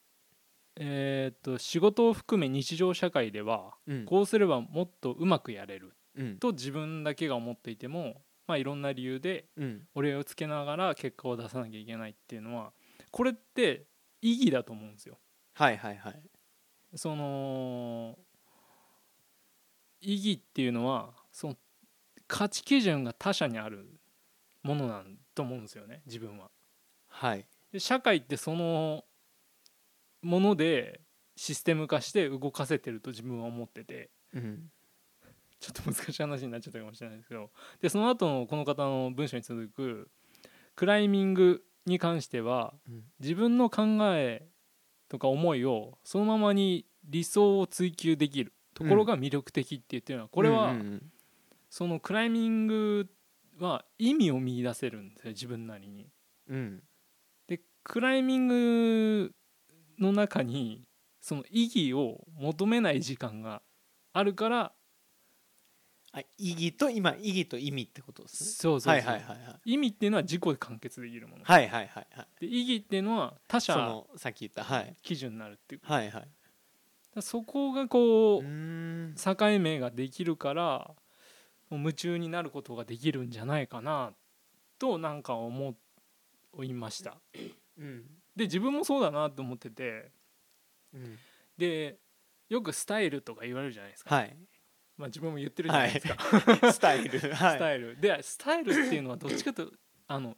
S2: えーっと仕事を含め日常社会では
S1: うん
S2: こうすればもっとうまくやれる
S1: うん
S2: と自分だけが思っていても、まあ、いろんな理由で
S1: うん
S2: お礼をつけながら結果を出さなきゃいけないっていうのはこれって意義だと思うんですよ。
S1: はいはいはい
S2: その意義っていうのはその価値基準が他者にあるものなんと思うんですよね自分は。
S1: はい
S2: で社会ってそのものでシステム化して動かせてると自分は思ってて
S1: うん
S2: ちょっと難しい話になっちゃったかもしれないですけどでその後のこの方の文章に続くクライミングに関しては
S1: うん
S2: 自分の考えとか思いをそのままに理想を追求できるところが魅力的って言ってるのはこれは
S1: うんうん
S2: そのクライミングは意味を見出せるんですよ自分なりに。
S1: うんうん
S2: でクライミングの中にその意義を求めない時間があるから
S1: あ意義と今意義と意味ってことですね
S2: そうそうそう、
S1: はいはいはいはい
S2: 意味っていうのは自己で完結できるもの、
S1: はいはいはいはい
S2: で意義っていうのは他
S1: そ
S2: 者
S1: のさっき言ったはい
S2: 基準になるっていうだか
S1: はいはい
S2: らそこがこう、
S1: うーん
S2: 境目ができるからもう夢中になることができるんじゃないかなとなんか思いました
S1: うん
S2: で自分もそうだなと思ってて
S1: うん
S2: でよくスタイルとか言われるじゃないですか、
S1: はい
S2: まあ、自分も言ってるじゃないですか、
S1: スタイル
S2: ス
S1: は
S2: タイルでスタイルっていうのはどっちか というとあの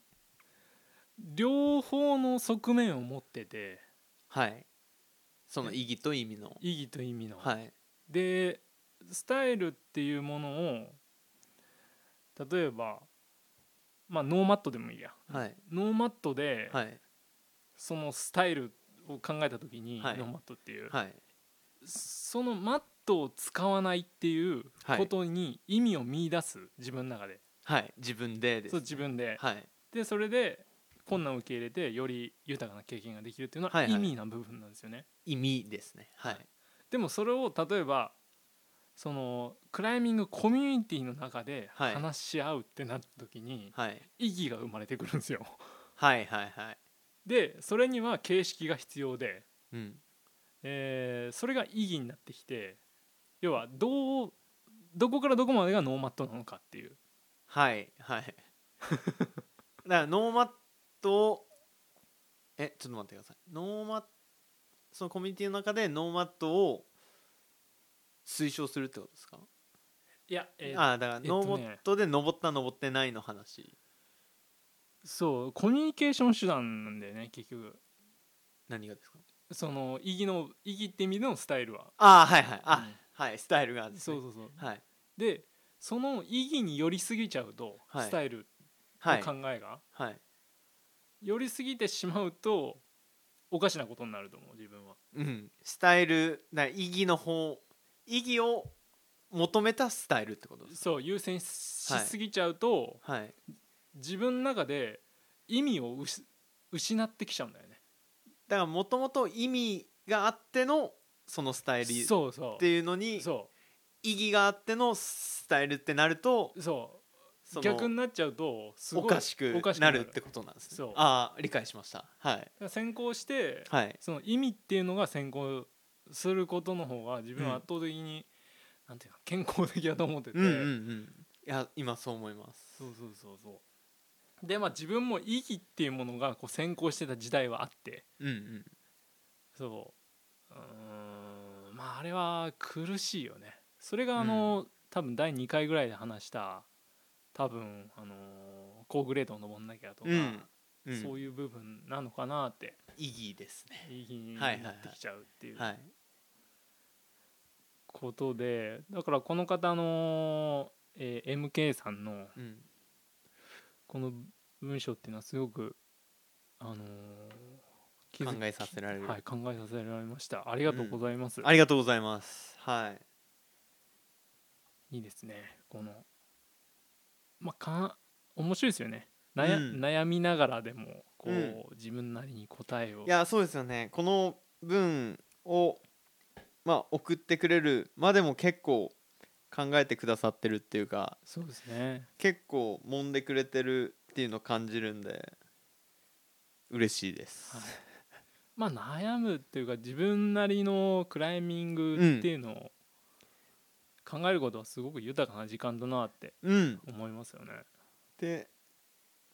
S2: 両方の側面を持ってて
S1: いはいその意義と意味の
S2: 意義と意味の、
S1: はい
S2: でスタイルっていうものを例えばまあノーマットでもいいや
S1: はい
S2: ノーマットで
S1: はい
S2: そのスタイルを考えた時に、
S1: はい
S2: ノーマットっていう、
S1: はい
S2: そのマットを使わないっていうことに意味を見出す自分の中で、
S1: はい自分でです
S2: そう自分で、
S1: はい
S2: でそれで困難を受け入れてより豊かな経験ができるっていうの
S1: は
S2: はい
S1: はい
S2: 意味な部分なんですよね、
S1: 意味ですねはい
S2: でもそれを例えばそのクライミングコミュニティの中で
S1: はい
S2: 話し合うってなった時に
S1: はい
S2: 意義が生まれてくるんですよ
S1: はいはいはい
S2: でそれには形式が必要で
S1: うん
S2: えーそれが意義になってきて要はどうどこからどこまでがノーマットなのかっていう
S1: はいはい だからノーマットをえちょっと待ってくださいノーマットそのコミュニティの中でノーマットを推奨するってことですか、
S2: いや、えー
S1: ああだから
S2: えっと
S1: ノ
S2: ね
S1: ーマットで登った登ってないの話
S2: そうコミュニケーション手段なんだよね結局
S1: 何がですか
S2: その意義の意義って意味でのスタイルは
S1: ああはいはいあ、
S2: うん
S1: はいスタイルがあるんです
S2: そ
S1: ね
S2: うそうそう
S1: はい
S2: でその意義に寄りすぎちゃうと、
S1: はい
S2: スタイル
S1: は
S2: の
S1: い
S2: 考えが
S1: はい
S2: 寄りすぎてしまうとおかしなことになると思う自分は
S1: うんスタイルな意義の方意義を求めたスタイルってことです
S2: そう優先しすぎちゃうと、
S1: はい
S2: 自分の中で意味をうし失ってきちゃうんだよね
S1: だからもともと意味があってのそのスタイルっ
S2: そうそ
S1: ていうのに
S2: うそ
S1: 意義があってのスタイルってなると
S2: うそ
S1: そうの
S2: 逆になっちゃうとすご
S1: お
S2: い
S1: かしく
S2: おかし
S1: なるってことなんです
S2: そ
S1: ね
S2: う
S1: ああ理解しましたはい
S2: だから先行して、
S1: はい
S2: その意味っていうのが先行することの方が自分は圧倒的に、なんていうか健康的だと思ってて、
S1: うんうんうんいや今そう思います
S2: そうそうそうそうでまあ自分も意義っていうものがこう先行してた時代はあって
S1: うんうん
S2: そううーんまああれは苦しいよねそれがあの、多分第2回ぐらいで話した多分あの高グレードを登んなきゃとか、
S1: うんうん
S2: そういう部分なのかなって
S1: 意義ですね
S2: 意義に
S1: はいはいはい
S2: なってきちゃうっていう
S1: はい
S2: ことでだからこの方の、えー MK さんの
S1: うん
S2: この文章っていうのはすごくあのー気
S1: 考
S2: づ
S1: えさせられる
S2: はい、考えさせられましたありがとうございます、
S1: ありがとうございますはい
S2: いいですねこのまあか面白いですよね悩,、
S1: うん
S2: 悩みながらでもこう、
S1: うん
S2: 自分なりに答えを
S1: いやそうですよねこの文を、まあ、送ってくれるまでも結構考えてくださってるっていうか
S2: そうですね
S1: 結構揉んでくれてるっていうのを感じるんで嬉しいです、
S2: はいまあ悩むっていうか自分なりのクライミングっていうのを考えることはすごく豊かな時間だなって
S1: うん
S2: 思いますよね
S1: で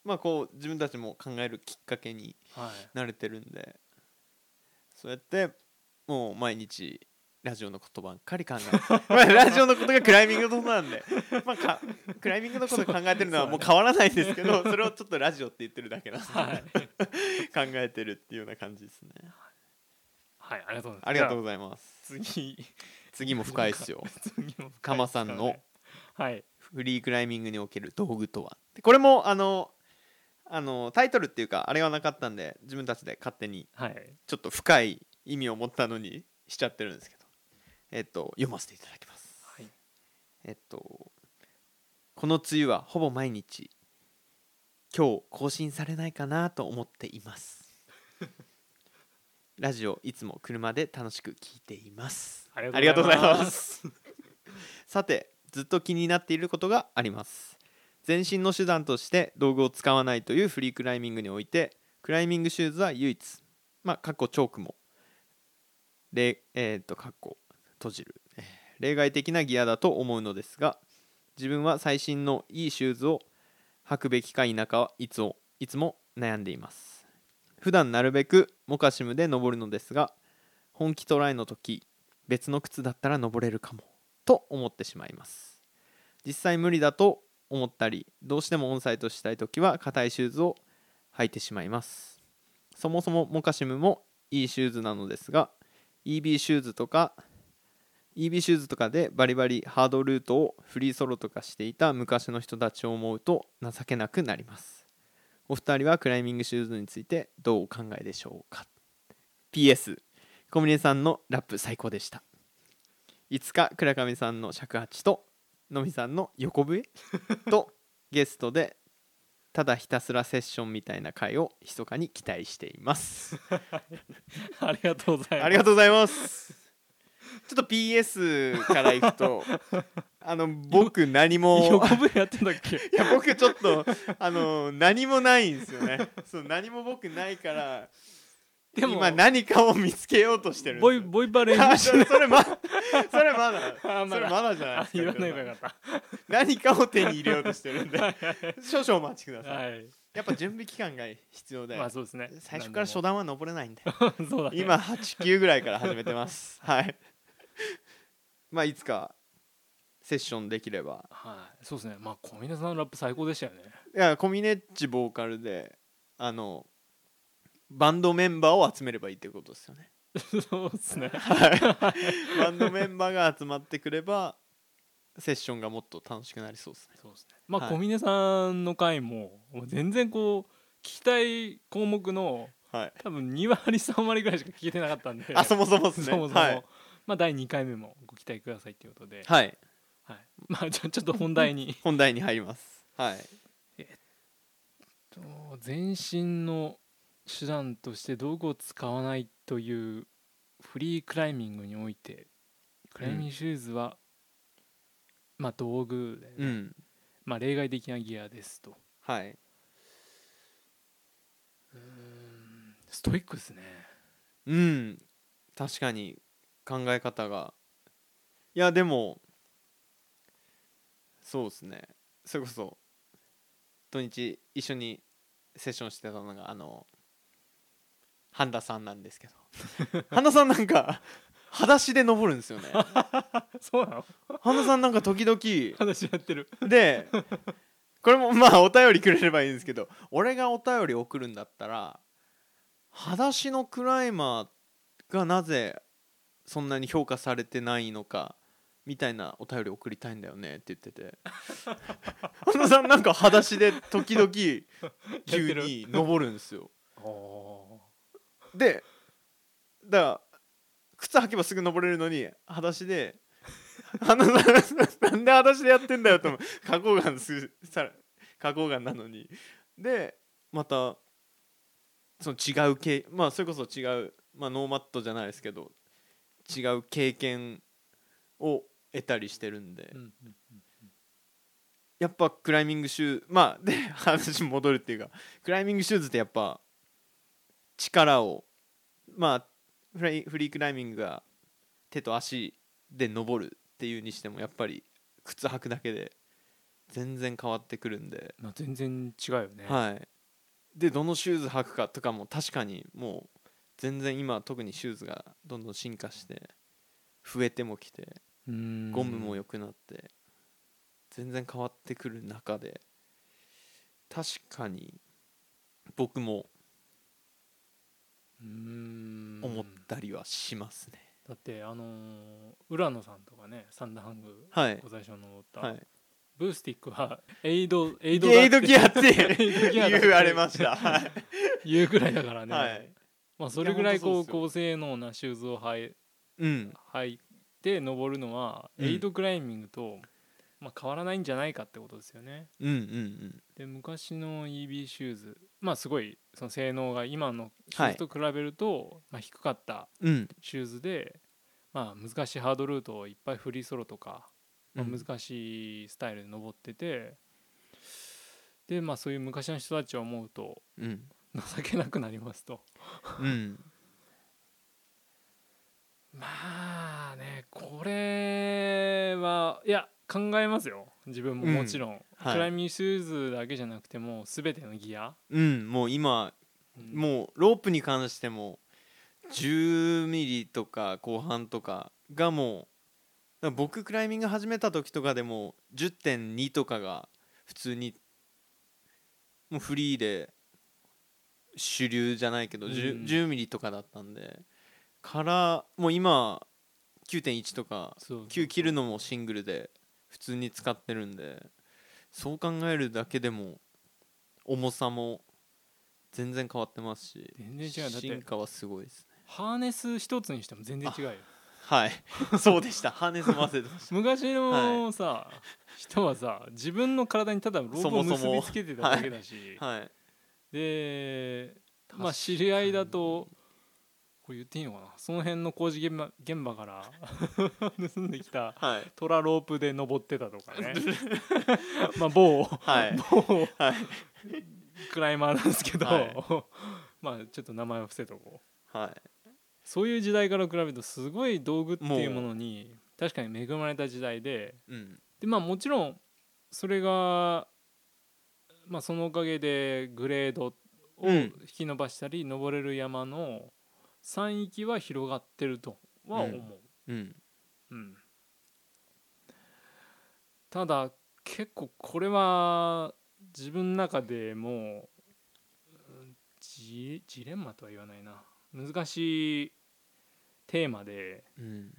S1: まあこう自分たちも考えるきっかけに
S2: はい
S1: 慣れてるんでそうやってもう毎日ラジオのことばっかり考え てまあラジオのことがクライミングのことなんで、まあ、かクライミングのこと考えてるのはもう変わらないんですけどそれをちょっとラジオって言ってるだけなんで考
S2: はい、
S1: えてるっていうような感じですね
S2: はい、ありがとうございます
S1: ありがとう
S2: じ
S1: ございます
S2: ゃあ次
S1: 次も深いですよ
S2: 次も深いです
S1: 鎌さんの
S2: はい
S1: フリークライミングにおける道具とはでこれもあのあのタイトルっていうかあれはなかったんで自分たちで勝手に
S2: はい
S1: ちょっと深い意味を持ったのにしちゃってるんですけど、えっと、読ませていただきます。
S2: はい
S1: えっと、この梅雨はほぼ毎日、今日更新されないかなと思ってい ます。ラジオいつも車で楽しく聞いています。
S2: あり
S1: ありがとうございます す。さて、ずっと気になっていることがあります全身の手段として道具を使わないというフリークライミングにおいてクライミングシューズは唯一まあかっこチョークもれえー、っとかっこ閉じる例外的なギアだと思うのですが自分は最新のいいシューズを履くべきか否かはいつもいつも悩んでいます普段なるべくモカシムで登るのですが本気トライの時別の靴だったら登れるかもと思ってしまいます実際無理だと思ったりどうしてもオンサイトしたい時は硬いシューズを履いてしまいますそもそもモカシムもいいシューズなのですが EB シューズとか EB シューズとかでバリバリハードルートをフリーソロとかしていた昔の人たちを思うと情けなくなりますお二人はクライミングシューズについてどうお考えでしょうか PS 小峰さんのラップ最高でしたいつか倉上さんの尺八とのみさんの横笛とゲストでただひたすらセッションみたいな回を密かに期待しています
S2: ありがとうございます
S1: ありがとうございますちょっと PS からいく とあの僕何も
S2: 横笛やってんだっけ
S1: いや僕ちょっとあの何もないんですよねそう何も僕ないからでも今何かを見つけようとしてる
S2: ボイボイパ練習
S1: してそれまそれまだ
S2: あまだ
S1: それ まだじゃない
S2: あ
S1: です
S2: 言わ
S1: か
S2: ない方がよかっ
S1: 何かを手に入れようとしてるんで少々お待ちくだ
S2: た
S1: さい、
S2: はい
S1: やっぱ準備期間が必要で、
S2: まあそうですね
S1: 最初から初
S2: 段
S1: 段は登れないんで
S2: そうだね
S1: 今89ぐらいから始めてます はいまあいつかセッションできれば
S2: はいそうですねまあ小峰さんのラップ最高でしたよね
S1: いやコミネッチボーカルであのバンドメンバーを集めればいいってことですよね
S2: そうですね
S1: はいバンドメンバーが集まってくればセッションがもっと楽しくなりそうですね
S2: そうですねまあ
S1: はい
S2: 小峰さんの回ももう全然こう聞きたい項目の
S1: はい
S2: 多分2割3割ぐらいしか聞けてなかったんで
S1: あそもそもですね
S2: そもそも、
S1: はい、
S2: まあ第2回目もご期待くださいということで、
S1: はい、
S2: はいまあじゃあちょっと本題に
S1: 本題に入りますはい
S2: と全身の手段として道具を使わないというフリークライミングにおいてクライミングシューズは、まあ道具で、
S1: うん
S2: まあ例外的なギアですと
S1: はい
S2: ストイッ クですね
S1: うん確かに考え方がいやでもそうですねそれこそ土日一緒にセッションしてたのがあの半田さんなんですけど半田さんなんか裸足で登るんですよね
S2: そ うなの
S1: 半田さんなんか時々
S2: 話やってる
S1: でこれもまあお便りくれればいいんですけど俺がお便り送るんだったら裸足のクライマーがなぜそんなに評価されてないのかみたいなお便り送りたいんだよねって言っててあのさんなんか裸足で時々急
S2: てる
S1: に登るんですよ
S2: ああ
S1: でだから靴履けばすぐ登れるのに裸足であのなんで裸足でやってんだよと思う花崗岩すさ花崗岩なのにでまたその違う経まあそれこそ違う、まあ、ノーマットじゃないですけど違う経験を得たりしてるんで、
S2: うんうん
S1: やっぱクライミングシューズまあで話戻るっていうかクライミングシューズってやっぱ力をまあフライフリークライミングが手と足で登るっていうにしてもやっぱり靴履くだけで全然変わってくるんで、
S2: まあ全然違うよね
S1: はいでどのシューズ履くかとかも確かにもう全然今特にシューズがどんどん進化して増えてもきて
S2: うん
S1: ゴムも良くなって全然変わってくる中で確かに僕も
S2: うーん
S1: 思ったりはしますね、
S2: だってあのー浦野さんとかねサンダーハング
S1: はい
S2: ご最初の登った、
S1: はい
S2: ブースティックはエイドエイドだ
S1: エイドギアって
S2: イドギアだって
S1: 言われましたはい
S2: 言うぐらいだからね、
S1: はい
S2: まあ、それぐらい
S1: い
S2: こ
S1: やほ
S2: うん
S1: とそ
S2: 高性能なシューズを履い
S1: うん
S2: 履いて登るのは
S1: うん
S2: エイドクライミングと、まあ、変わらないんじゃないかってことですよね
S1: うんうん
S2: で昔の EB シューズまあすごいその性能が今のシューズと比べると、まあ、低かった
S1: うんうん
S2: シューズで、まあ、難しいハードルートをいっぱいフリーソロとかまあ
S1: うん
S2: 難しいスタイルで登ってて、でまあそういう昔の人たちを思うと
S1: うん
S2: 情けなくなりますと
S1: うん
S2: まあねこれはいや考えますよ自分も
S1: うん
S2: もちろん、
S1: はい
S2: クライミングシューズだけじゃなくてもう全てのギア、
S1: うんもう今
S2: うん
S1: もうロープに関しても10ミリとか後半とかがもうだから僕クライミング始めた時とかでも10.2とかが普通にもうフリーで主流じゃないけど 10,、
S2: うん
S1: 10ミリとかだったんでからもう今9.1とか
S2: そう
S1: 9切るのもシングルで普通に使ってるんでそう考えるだけでも重さも全然変わってますし
S2: 全然違うだって
S1: 進化はすごいですね
S2: ハーネス一つにしても全然違うよ
S1: はい そうでしたハーネスも忘れてまし
S2: 昔のさ、人はさ自分の体にただロープを
S1: そも
S2: 結
S1: そも
S2: びつけてただけだし、
S1: たはい
S2: でまあ
S1: 確
S2: 知り合いだとこれ言っていいのかなその辺の工事現場現場から 盗んできた
S1: はい
S2: トラロープで登ってたとか ねまあ某
S1: はい
S2: 某
S1: はい
S2: クライマーなんですけど、
S1: はい
S2: まあちょっと名前を伏せとこう
S1: は
S2: そういう時代から比べるとすごい道具っていうものに確かに恵まれた時代で
S1: いうん
S2: でまあもちろんそれが、まあ、そのおかげでグレードを
S1: うん
S2: 引き伸ばしたり、登れる山の山域は広がってるとは思う、
S1: うん
S2: うんただ結構これは自分の中でもうんジジレンマとは言わないな難しいテーマで
S1: うん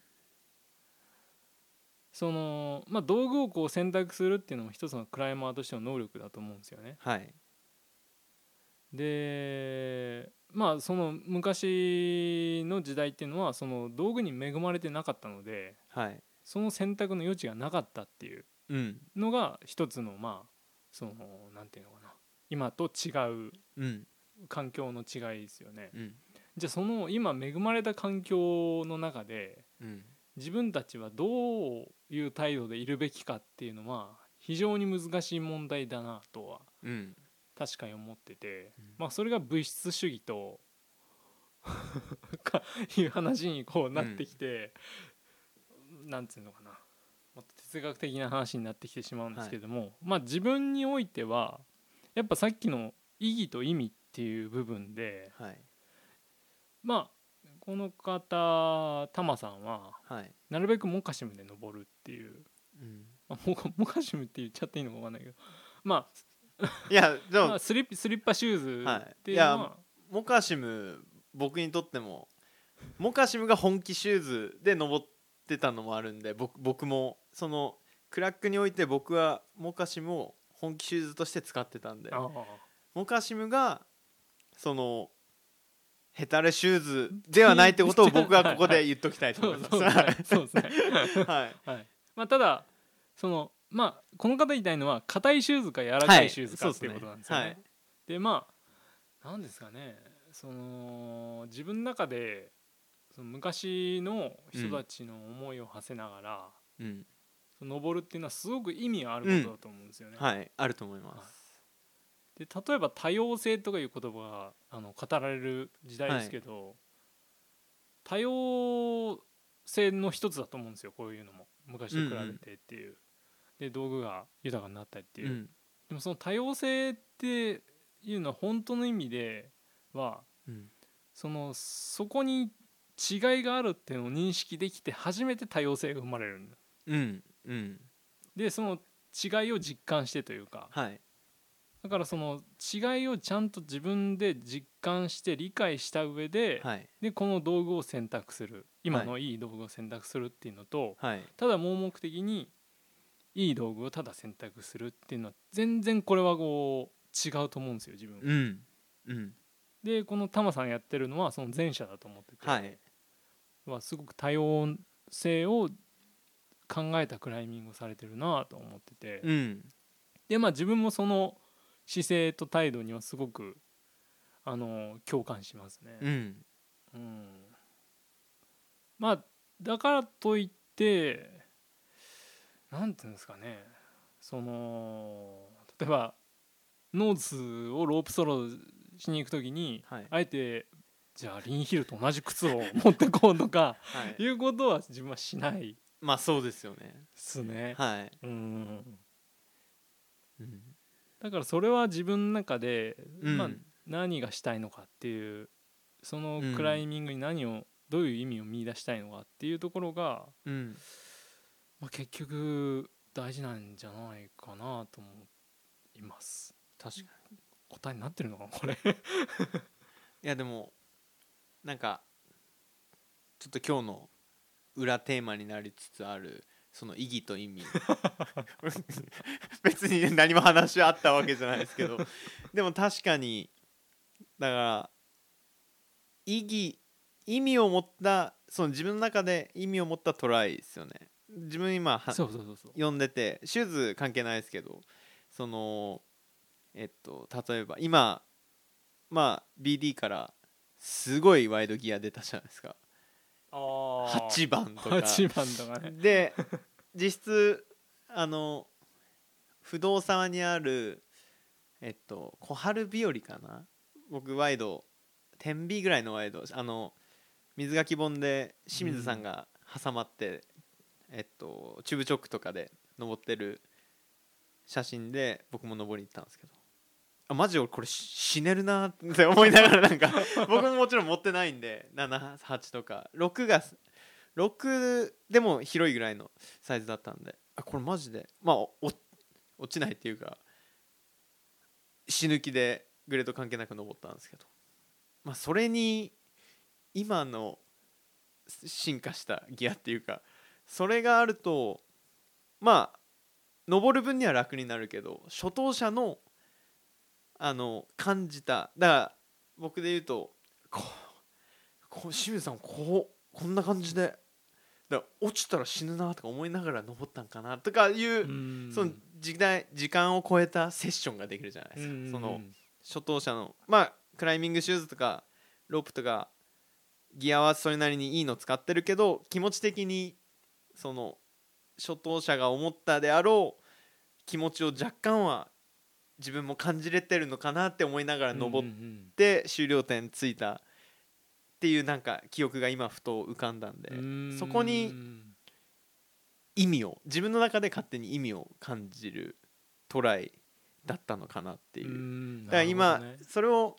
S2: その、まあ、道具をこう選択するっていうのも一つのクライマーとしての能力だと思うんですよね。
S1: はい
S2: でまあその昔の時代っていうのはその道具に恵まれてなかったので
S1: はい
S2: その選択の余地がなかったっていう
S1: うん
S2: のが一つのまあそのなんていうのかな今と違う
S1: うん
S2: 環境の違いですよね。
S1: うん
S2: じゃあその今恵まれた環境の中で
S1: うん
S2: 自分たちはどういう態度でいるべきかっていうのは非常に難しい問題だなとは
S1: うん
S2: 確かに思ってて、
S1: うん
S2: まあそれが物質主義と かいう話にこうなってきて、なんていうのかなもっと哲学的な話になってきてしまうんですけども、まあ自分においてはやっぱさっきの意義と意味っていう部分で
S1: はい
S2: まあこの方タマさんは
S1: はい
S2: なるべくモカシムで登るっていう、
S1: うん
S2: まあ、モ カモカシムって言っちゃっていいのかわかんないけどま
S1: いやで
S2: あ、
S1: も
S2: まあ、スリッスリッパシューズっていうの
S1: はいい
S2: は
S1: やモカシム僕にとってもモカシムが本気シューズで登ってたのもあるんで僕僕もそのクラックにおいて僕はモカシムを本気シューズとして使ってたんで
S2: あ
S1: モカシムがそのヘタレシューズではないってことを 僕はここで言っときたい
S2: あ
S1: と
S2: そ
S1: 思いうます。
S2: そうです
S1: は
S2: ね
S1: い
S2: そうですね
S1: はい
S2: はいまあただそのまあこの方言いたいのは硬いシューズか柔らかいシューズかっていうことなんですよね。
S1: はい
S2: でまあなんですかねその自分の中でその昔の人たちの思いを馳せながら、
S1: うん
S2: その登るっていうのはすごく意味があることだと思うんですよね。
S1: はいあると思います。
S2: で例えば多様性とかいう言葉があの語られる時代ですけど、多様性の一つだと思うんですよこういうのも昔と比べてっていう、で道具が豊かになったりっていう、
S1: うん
S2: でもその多様性っていうのは本当の意味では
S1: うん
S2: そのそこに違いがあるっていうのを認識できて初めて多様性が生まれるんだ
S1: うんうん
S2: でその違いを実感してというか、
S1: はい
S2: だからその違いをちゃんと自分で実感して理解した上で,、
S1: はい
S2: でこの道具を選択する今のいい道具を選択するっていうのと、
S1: はい
S2: ただ盲目的にいい道具をただ選択するっていうのは全然これはこう違うと思うんですよ自分は、
S1: うんうん
S2: でこのタマさんやってるのはその前者だと思ってて、
S1: はい
S2: はすごく多様性を考えたクライミングをされてるなと思ってて。
S1: うん
S2: でまあ自分もその姿勢と態度にはすごくあの共感します
S1: う
S2: ね。
S1: ん
S2: うんまあだからといってなんていうんですかねその例えばノーズをロープソロしに行くときに、
S1: はい
S2: あえてじゃあリンヒルと同じ靴を持ってこうとか
S1: はい、
S2: いうことは自分はしないで
S1: まあそうですよね
S2: すね。
S1: はい、
S2: うん
S1: うん
S2: だからそれは自分の中で、
S1: うん
S2: まあ、何がしたいのかっていうその
S1: うん
S2: クライミングに何を、どういう意味を見出したいのかっていうところが、
S1: うん、
S2: まあ、結局大事なんじゃないかなと思います。
S1: 確かに
S2: 答えになってるのかなこれ。
S1: いやでもなんかちょっと今日の裏テーマになりつつあるその意義と意味別にね何も話はあったわけじゃないですけどでも確かにだから意義意味を持ったその自分の中で意味を持ったトライですよね自分今は
S2: そうそうそうそう。
S1: 読んでてシューズ関係ないですけどそのえっと例えば今まあ BD からすごいワイドギア出たじゃないですか8番とか
S2: 八番とかね。
S1: で実質あの不動産にあるえっと小春日和かな僕ワイド 10B ぐらいのワイドあの水垣本で清水さんが挟まって、えっとチューブチョックとかで登ってる写真で僕も登りに行ったんですけどあマジ俺これし死ねるなって思いながらなんか僕ももちろん持ってないんで78とか6が6でも広いぐらいのサイズだったんであこれマジでまあお落ちないっていうか死ぬ気でグレード関係なく登ったんですけど、まあ、それに今の進化したギアっていうかそれがあるとまあ登る分には楽になるけど初等者のあの感じただから僕で言うとこうこう清水さんこうこんな感じでだから落ちたら死ぬなとか思いながら登ったんかなとかいう
S2: うん
S1: その時代時間を超えたセッションができるじゃないですか、その初等者のまあクライミングシューズとかロープとかギアはそれなりにいいの使ってるけど気持ち的にその初等者が思ったであろう気持ちを若干は自分も感じれてるのかなって思いながら登っ
S2: っ
S1: で終了点着いたっていうなんか記憶が今ふと浮かんだんでそこに意味を自分の中で勝手に意味を感じるトライだったのかなっていうだから今、それを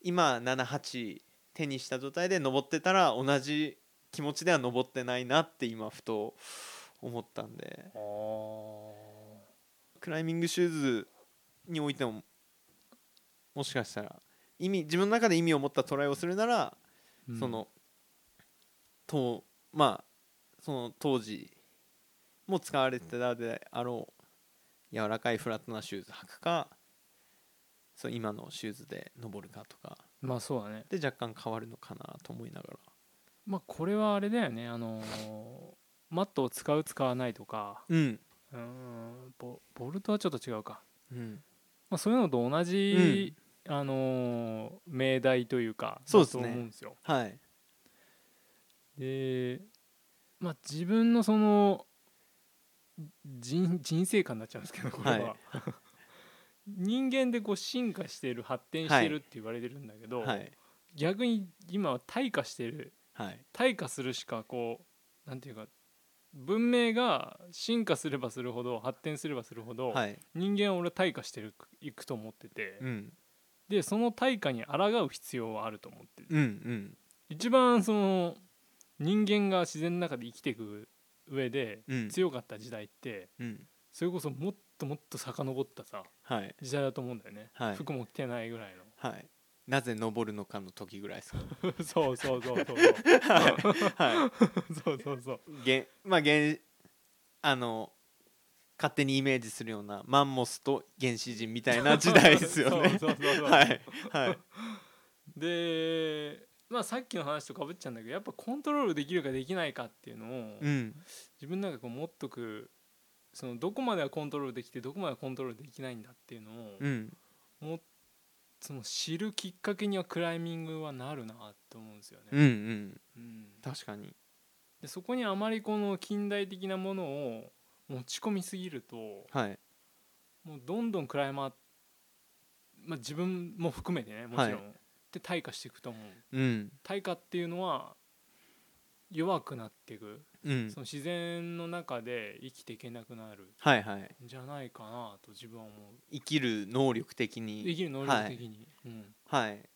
S1: 今78手にした状態で登ってたら同じ気持ちでは登ってないなって今ふと思ったんで
S2: あー
S1: クライミングシューズにおいてももしかしたら意味自分の中で意味を持ったトライをするなら
S2: うん
S1: そのとまあその当時も使われてたであろう柔らかいフラットなシューズ履くかそう今のシューズで登るかとか
S2: まあそうだね
S1: で若干変わるのかなと思いながら
S2: まあこれはあれだよねあのーマットを使う使わないとか
S1: うん、
S2: うーんボボルトはちょっと違うか、
S1: うん、
S2: まあ、そういうのと同じ、あのー命題というか
S1: そうですね
S2: だと思うんですよ
S1: はい
S2: でまあ自分のその人人生観になっちゃうんですけどこれは、
S1: はい
S2: 人間でこう進化してる発展してるって言われてるんだけど、
S1: はい
S2: 逆に今は退化してる
S1: はい
S2: 退化するしかこうなんていうか文明が進化すればするほど発展すればするほど、
S1: はい
S2: 人間は俺は退化してるいくと思ってて、
S1: うん
S2: でその退化に抗う必要はあると思ってる、
S1: うんうん
S2: 一番その人間が自然の中で生きていく上で
S1: うん
S2: 強かった時代って
S1: うん
S2: それこそもっともっと遡ったさ
S1: はい
S2: 時代だと思うんだよね、
S1: はい
S2: 服も着てないぐらいの
S1: はいなぜ登るのかの時ぐらいですか
S2: そうそうそ うそう
S1: はい
S2: そうそうそう
S1: げまあ原あの勝手にイメージするようなマンモスと原始人みたいな時代ですよね。
S2: そうそうそうそう
S1: はいはい
S2: でまあさっきの話とかぶっちゃうんだけどやっぱコントロールできるかできないかっていうのを
S1: うん
S2: 自分の中でこう持っとくそのどこまではコントロールできてどこまではコントロールできないんだっていうのを
S1: うん
S2: もその知るきっかけにはクライミングはなるなと思うんですよ
S1: うんう
S2: ね。
S1: ん
S2: うん
S1: 確かに
S2: でそこにあまりこの近代的なものを持ち込みすぎると
S1: はい
S2: もうどんどんクライマー、まあ、自分も含めてねもちろん、
S1: はい
S2: で退化していくと思う
S1: うん
S2: 退化っていうのは弱くなっていく、
S1: うん
S2: その自然の中で生きていけなくなる
S1: はいはい
S2: んじゃないかなと自分は思う
S1: 生きる能力的
S2: 生
S1: に
S2: きる能力的に、うん、だ
S1: はい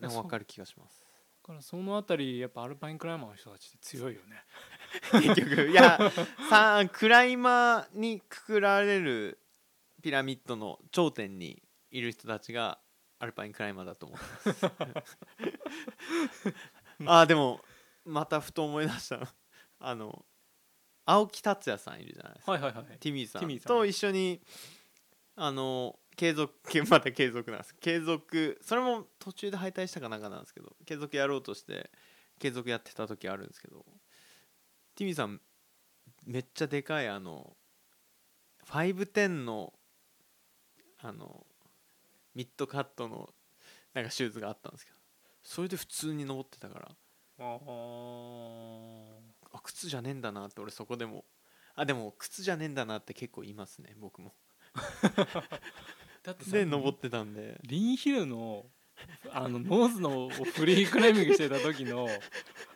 S2: だそう
S1: 分かる気がします
S2: からそのあたりやっぱアルパインクライマーの人たちって強いよ ね
S1: 結局いやさあクライマーにくくられるピラミッドの頂点にいる人たちがアルパインクライマーだと思ってますあーでもまたふと思い出したのあの青木達也さんいるじゃないですか
S2: はいはいはい
S1: ティミーさ
S2: ティミ
S1: ん
S2: ーさん
S1: と一緒にあの継続また継続なんです継続それも途中で敗退したかなんかなんですけど継続やろうとして継続やってた時あるんですけどティミーさんめっちゃでかいあの510のあのミッドカットのなんかシューズがあったんですけどそれで普通に登ってたから
S2: あー
S1: あ靴じゃねえんだなって俺そこでもあでも靴じゃねえんだなって結構言いますね僕も
S2: だってさ
S1: で登ってたんで
S2: リンヒルのあのノーズのをフリークライミングしてた時 の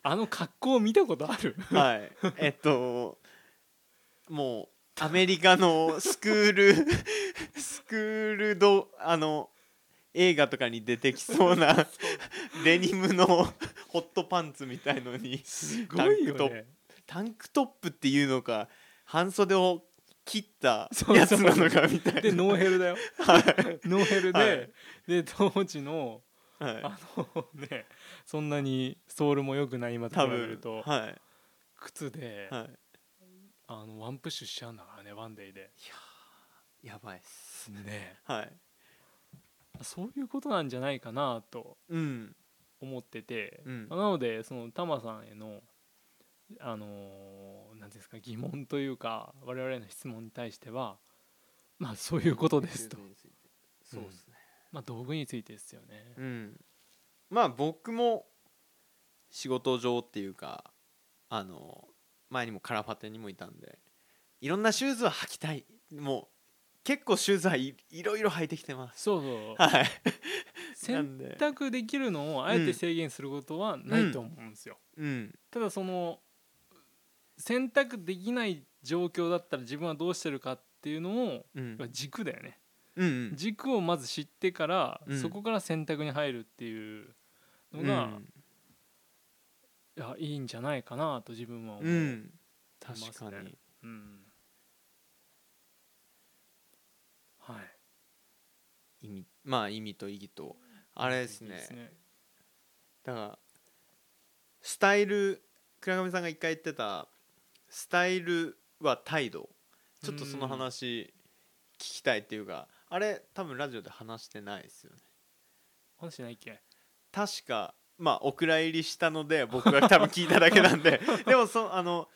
S2: あの格好を見たことある
S1: はいえっともうアメリカのスクー ルスクールドあの映画とかに出てきそうなデニムのホットパンツみたいのに
S2: すごいよ
S1: タンク
S2: ね
S1: タンクトップっていうのか半袖を切った
S2: そうそう
S1: やつなのかみたいな
S2: でノーヘルだよノーヘルで、
S1: はい
S2: で当時の
S1: はい、
S2: あのねそんなにソールも良くない今と
S1: 多
S2: 比べる
S1: 分
S2: と
S1: は
S2: 靴で、
S1: い、は
S2: あのワンプッシュしちゃうんだからねワンデイで
S1: い、やばいっす
S2: ね
S1: はい
S2: そういうことなんじゃないかなと
S1: うん
S2: 思ってて、
S1: うん
S2: なのでそのタマさんへのあのーなんていうんですか疑問というか我々への質問に対してはまあそういうことですと、
S1: そうですね
S2: まあ、道具についてですよね
S1: う。ん、まあ僕も仕事上っていうかあの前にもカラファテにもいたんでいろんなシューズは履きたいもう結構シューズはい、いろいろ履いてきてます
S2: そうそう
S1: はいな
S2: 選
S1: んで
S2: 択できるのをあえて制限することはないと思うんですよ。
S1: うん
S2: ただその選択できない状況だったら自分はどうしてるかっていうのを
S1: うん
S2: まあ軸だよね
S1: うんうん
S2: 軸をまず知ってから、
S1: うん
S2: そこから選択に入るっていうのが、いやいいんじゃないかなと自分は思
S1: うん、
S2: う、
S1: うん、
S2: 思いますね
S1: 確かに
S2: うんはい
S1: 意味まあ意味と意義とあれです
S2: いい
S1: ね
S2: ですね
S1: だからスタイル倉上さんが一回言ってたスタイルは態度ちょっとその話聞きたいっていうかあれ多分ラジオで話してないですよね
S2: 話しないっけ
S1: 確かまあお蔵入りしたので僕が多分聞いただけなん ででもそあの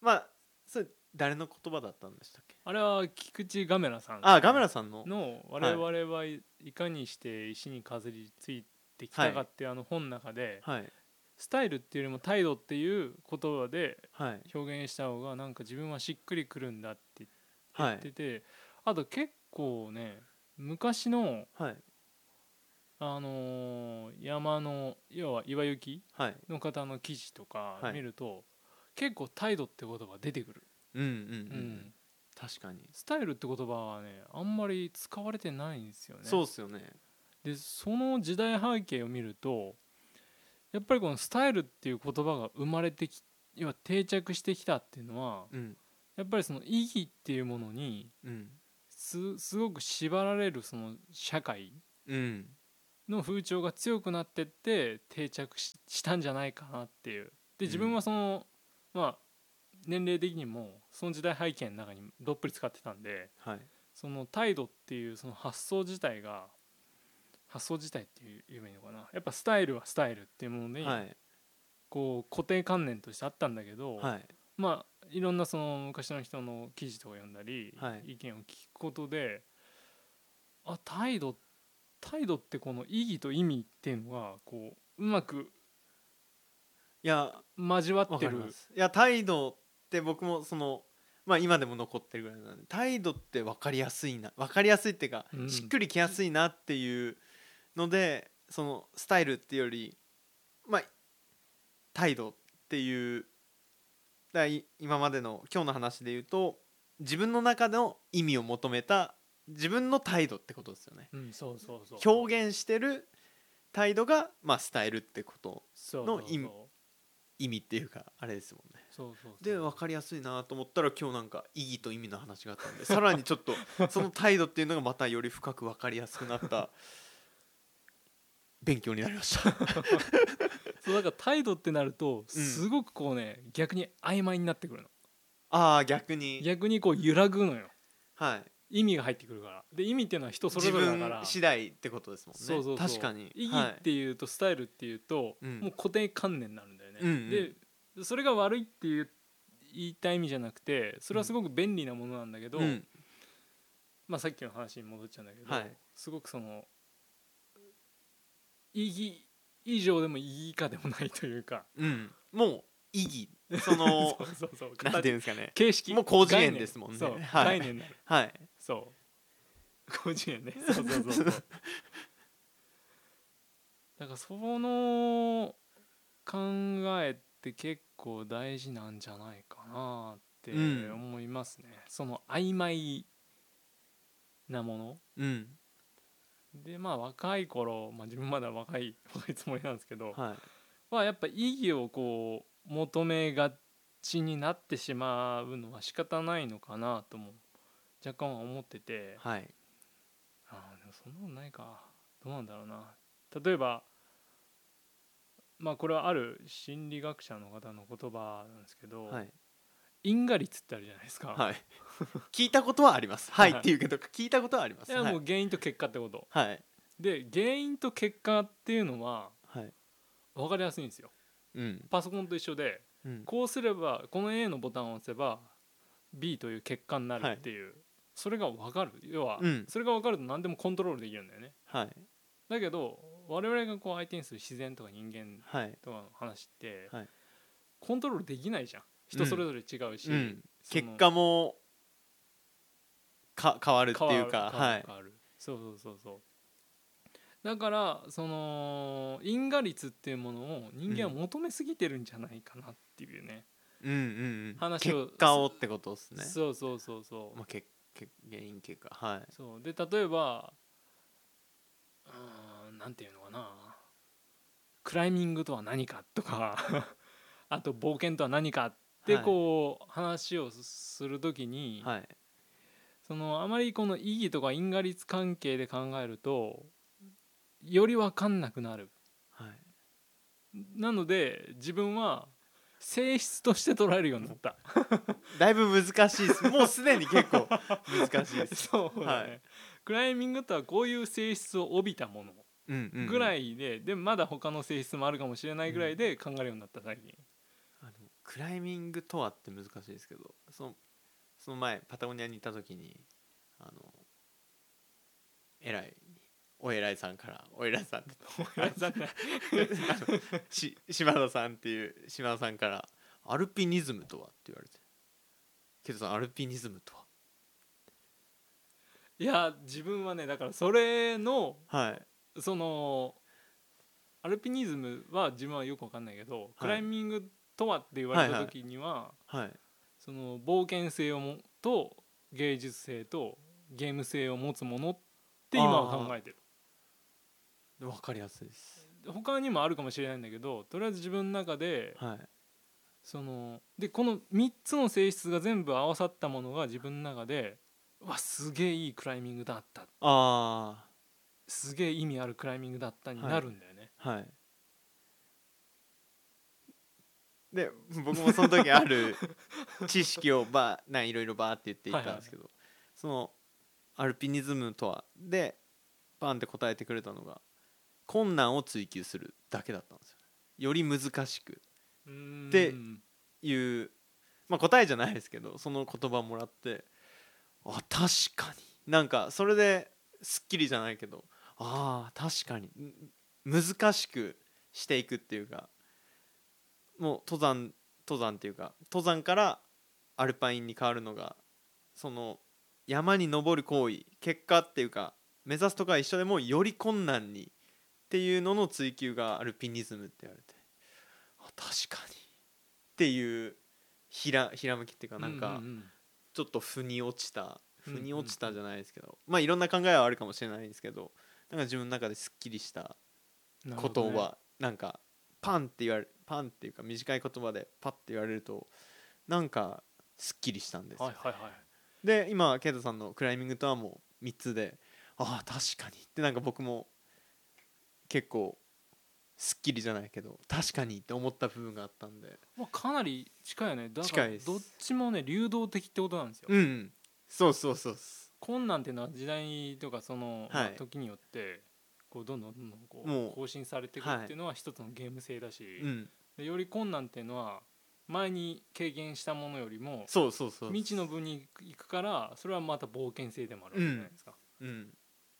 S1: まあそれ誰の言葉だったんでしたっけ
S2: あれは菊池ガメラさん
S1: あガメラさんの
S2: の我々はいいかにして石に飾りついてきたかっていうあの本の中で
S1: はい
S2: スタイルっていうよりも態度っていう言葉で
S1: はい
S2: 表現した方がなんか自分はしっくりくるんだって
S1: は
S2: 言って
S1: い
S2: て、あと結構ね昔の
S1: はい
S2: あのー山の要は岩行き
S1: はい
S2: の方の記事とか
S1: はい
S2: 見ると、結構態度って言葉出てくる、
S1: うんうん
S2: うん
S1: うん確かに
S2: スタイルって言葉はねあんまり使われてないんですよね
S1: そうっすよね
S2: でその時代背景を見るとやっぱりこのスタイルっていう言葉が生まれてき要は定着してきたっていうのは
S1: うん
S2: やっぱりその意義っていうものに
S1: うん
S2: すすごく縛られるその社会
S1: うん
S2: の風潮が強くなってって定着ししたんじゃないかなっていう
S1: う
S2: で
S1: ん
S2: 自分はその、まあ年齢的にもその時代背景の中にどっぷり使ってたんで
S1: はい
S2: その態度っていうその発想自体が発想自体っていう言えばいいのかなやっぱスタイルはスタイルっていうものに、
S1: はい
S2: こう固定観念としてあったんだけど、
S1: はい
S2: まあいろんなその昔の人の記事とか読んだり、
S1: はい
S2: 意見を聞くことであ態度態度ってこの意義と意味っていうのがこううまく
S1: いや
S2: 交わっ
S1: わ
S2: て
S1: かり
S2: る
S1: ますいや態度って僕もその、ままあ今でも残ってるぐらいなんで態度って分かりやすいな分かりやすいっていうか、
S2: うん
S1: しっくりきやすいなっていうのでそのスタイルっていうよりまあ態度っていうだからい今までの今日の話で言うと自分の中の意味を求めた自分の態度ってことですよね。
S2: うん、そうそうそう
S1: 表現してる態度が、まあ、スタイルってこと
S2: そう
S1: の
S2: そう
S1: 意味意味っていうかあれですもんね。
S2: そうそうそう
S1: で分かりやすいなと思ったら今日なんか意義と意味の話があったんでさらにちょっと その態度っていうのがまたより深く分かりやすくなった勉強になりま した。
S2: そうだから態度ってなると
S1: うん
S2: すごくこうね、逆に曖昧になってくるの
S1: ああ逆に、
S2: 逆にこう揺らぐのよ
S1: はい、
S2: 意味が入ってくるからで意味っていうのは人それ
S1: 自
S2: ぞれだから
S1: 分次第ってことですもんね。
S2: そうそうそう
S1: 確かに
S2: 意義
S1: は
S2: っていうとスタイルっていうと、
S1: うん
S2: もう固定観念になるんだよね、
S1: うんうん
S2: でそれが悪いっていう言いたい意味じゃなくてそれはすごく便利なものなんだけど、
S1: いうん
S2: まあ、さっきの話に戻っちゃうんだけど、
S1: はい
S2: すごくその意義以上でも意義以下でもないとい うか
S1: うん、もう意義その
S2: そうそうそう
S1: なんてい
S2: 形
S1: うんですかね
S2: 形式
S1: もう高次元
S2: 概念
S1: ですもんね
S2: そ
S1: は
S2: う、
S1: い
S2: 概念なの
S1: はい
S2: そう高次元ねそうそう そうそうだからその考えって結構大事なんじゃないかなって
S1: うん
S2: 思いますね、その曖昧なもの
S1: うん
S2: でまあ若い頃、まあ、自分まだ若い若いつもりなんですけど、
S1: はい
S2: まあやっぱ意義をこう求めがちになってしまうのは仕方ないのかなとも若干は思ってて、
S1: はい
S2: ああでもそんなことないかどうなんだろうな例えばまあこれはある心理学者の方の言葉なんですけど、
S1: はい
S2: 因果率ってあるじゃないですか、
S1: はい 聞いたことはありますはい
S2: はい
S1: っていうけど聞いたことはあります
S2: いや
S1: は
S2: も
S1: いう
S2: 原因と結果ってこと
S1: はい
S2: で原因と結果っていうのは
S1: はい
S2: 分かりやすいんですよ
S1: うん
S2: パソコンと一緒で
S1: うん
S2: こうすればこの A のボタンを押せば B という結果になるっていう、それが分かる要は、
S1: うん
S2: それが分かると何でもコントロールできるんだよね
S1: はい
S2: だけど我々がこう相手にする自然とか人間
S1: はい
S2: とかの話って、
S1: はい
S2: コントロールできないじゃん人それぞれ違うし、
S1: うん
S2: その
S1: 結果もか変わるって
S2: 変わ
S1: い
S2: る
S1: うか
S2: 変わ
S1: は
S2: る
S1: い
S2: 変わるそうそうそうそうだからその因果率っていうものを人間は求めすぎてるんじゃないかなっていうね、
S1: うんうんうん
S2: 話を
S1: 結果をってことですね
S2: そうそうそうそう、
S1: まあけけ原因結果はい
S2: そうで例えばうーんなんていうのかなクライミングとは何か とかあと冒険とは何かって
S1: はい
S2: こう、話をするときに、
S1: はい
S2: そのあまりこの意義とか因果率関係で考えるとより分かんなくなる
S1: はい
S2: なので自分は性質として捉えるようになった
S1: だいぶ難しい ですもうすでに結構難しいです
S2: そうだね、
S1: はい
S2: クライミングとはこういう性質を帯びたもの
S1: うんうんうん
S2: ぐらいで、でまだ他の性質もあるかもしれないぐらいで考えるようになった最 近、
S1: あのクライミングとはって難しいですけどそのその前パタゴニアにいた時にあの偉いお偉いさんからお偉いさんって
S2: あれ残念
S1: あの し島田さんっていう島田さんから「アルピニズムとは?」って言われて「けどさんアルピニズムとは?
S2: いや自分はねだからそれの」
S1: はい
S2: そのアルピニズムは自分はよく分かんないけど、クライミングとはって言われた時には、
S1: はい
S2: その冒険性をもと芸術性とゲーム性を持つものって今は考えてる
S1: 分かりやすいです
S2: 他にもあるかもしれないんだけどとりあえず自分の中で
S1: はい
S2: そのでこの3つの性質が全部合わさったものが自分の中でうわすげえいいクライミングだった
S1: あ
S2: すげえ意味あるクライミングだったになるんだよね、
S1: あはいで僕もその時ある知識をばなんいろいろばーって言っていったんですけど、そのアルピニズムとはでバンって答えてくれたのが困難を追求するだけだったんですよねより難しく
S2: うーん
S1: でいう、まあ、答えじゃないですけどその言葉をもらってあ確かになんかそれですっきりじゃないけどあー確かにん難しくしていくっていうかもう登山登山っていうか登山からアルパインに変わるのがその山に登る行為結果っていうか目指すとか一緒でもより困難にっていうのの追求がアルピニズムって言われてあ確かにっていうひらひらめきっていうかなんか
S2: ううん
S1: ちょっと腑に落ちた
S2: うん
S1: 腑に落ちたじゃないですけどまあいろんな考えはあるかもしれないですけどなんか自分の中ですっきりした
S2: うんなるほ
S1: 言
S2: どね
S1: 葉なんかパンって言われパンっていうか短い言葉でパッて言われるとなんかすっきりしたんですよ
S2: はいはいはい
S1: で今ケイトさんのクライミングとはもう3つでああ確かにってなんか僕も結構すっきりじゃないけど確かにって思った部分があったんで
S2: まあ、かなり近いよねだか
S1: 近
S2: ら
S1: いです
S2: どっちもね流動的ってことなんですよ、
S1: うんうんそうそうそうっす
S2: 困難っていうのは時代とかその、まあ
S1: はい
S2: 時によってこうどんどんどんどんこ
S1: も
S2: う
S1: う
S2: 更新されていく
S1: はい
S2: っていうのは一つのゲーム性だし、
S1: うん
S2: でより困難っていうのは前に経験したものよりも
S1: そうそうそう
S2: 未知の分に行くからそれはまた冒険性でもあるわけじゃないですか。
S1: うん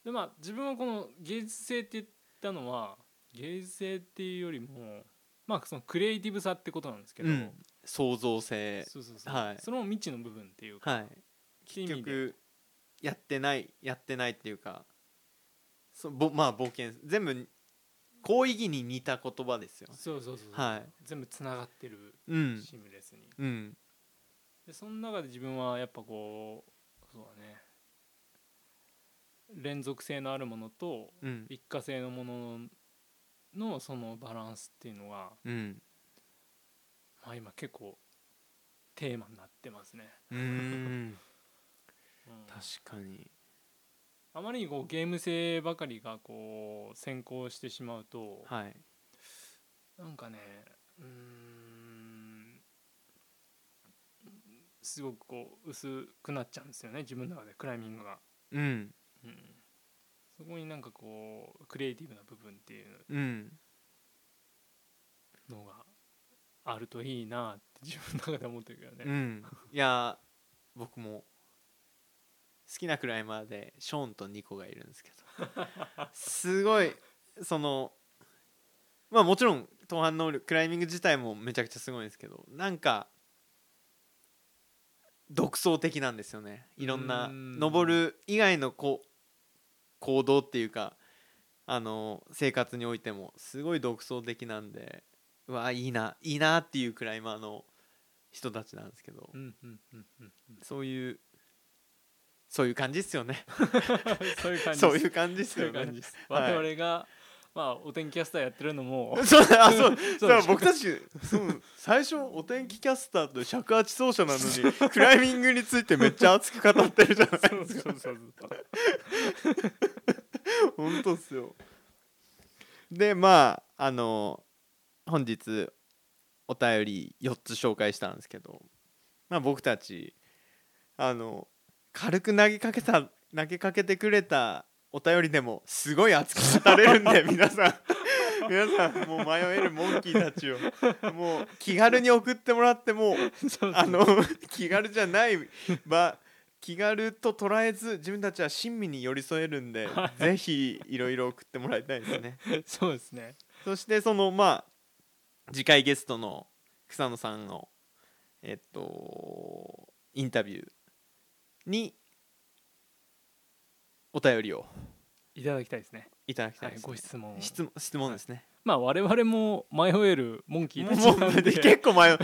S2: でまあ自分はこの芸術性って言ったのは芸術性っていうよりもまあそのクリエイティブさってことなんですけど、
S1: うん創造性
S2: そうそうそう、
S1: はい
S2: その未知の部分っていうか
S1: はい
S2: っていう意
S1: 結
S2: 味で
S1: 局やってないやってないっていうかそうぼまあ冒険全部広域に似た言葉ですよね
S2: そうそうそう、
S1: はい
S2: 全部つながってる
S1: うん
S2: シームレスに、
S1: うん
S2: でその中で自分はやっぱこうそうだね連続性のあるものと
S1: うん
S2: 一過性のもののそのバランスっていうのが、
S1: うん
S2: まあ、今結構テーマになってますね、
S1: うー ん
S2: うん
S1: 確かに
S2: あまりにこうゲーム性ばかりがこう先行してしまうと、
S1: はい
S2: なんかねうーんすごくこう薄くなっちゃうんですよね自分の中でクライミングが、
S1: うん
S2: うん、そこになんかこうクリエイティブな部分っていう
S1: うん
S2: のがあるといいなって自分の中で思ってるけどね、
S1: うんいやー僕も好きなクライマーでショーンとニコがいるんですけどすごいそのまあもちろん登攀能力クライミング自体もめちゃくちゃすごいんですけどなんか独創的なんですよねいろん
S2: う
S1: な
S2: ーん
S1: 登る以外のこう行動っていうかあの生活においてもすごい独創的なんでうわいいないいなっていうクライマーの人たちなんですけど、
S2: うんうん うんうんうん
S1: そういうそういう感じっすよね
S2: そういう感じ
S1: そう
S2: です
S1: いう感じっす
S2: そうい
S1: よ
S2: う感
S1: ね
S2: じです
S1: はい
S2: 我々がまあお天気キャスターやってる のも
S1: そうあそう
S2: そう
S1: だから僕たちそう最初お天気キャスターと尺八奏者なのにクライミングについてめっちゃ熱く語ってるじゃない
S2: そうそうそうそ う
S1: 本当っすよでまああの本日お便り4つ紹介したんですけど、まあ、僕たちあの軽く投げかけた投げかけてくれたお便りでもすごい熱く語れるんで皆さん皆さんもう迷えるモンキーたちをもう気軽に送ってもらっても
S2: そう
S1: あの気軽じゃない場気軽と捉えず自分たちは親身に寄り添えるんで、ぜひいろいろ送ってもらいたいですね
S2: そうですね
S1: そしてそのまあ次回ゲストの草野さんのえっとインタビューにお便りを
S2: いただきたいですね
S1: いただきた
S2: はいい
S1: で、すね、
S2: ご質問を
S1: 質問質問ですね
S2: まあ我々も迷えるモンキーたち
S1: も
S2: なん
S1: う
S2: で
S1: 結構迷う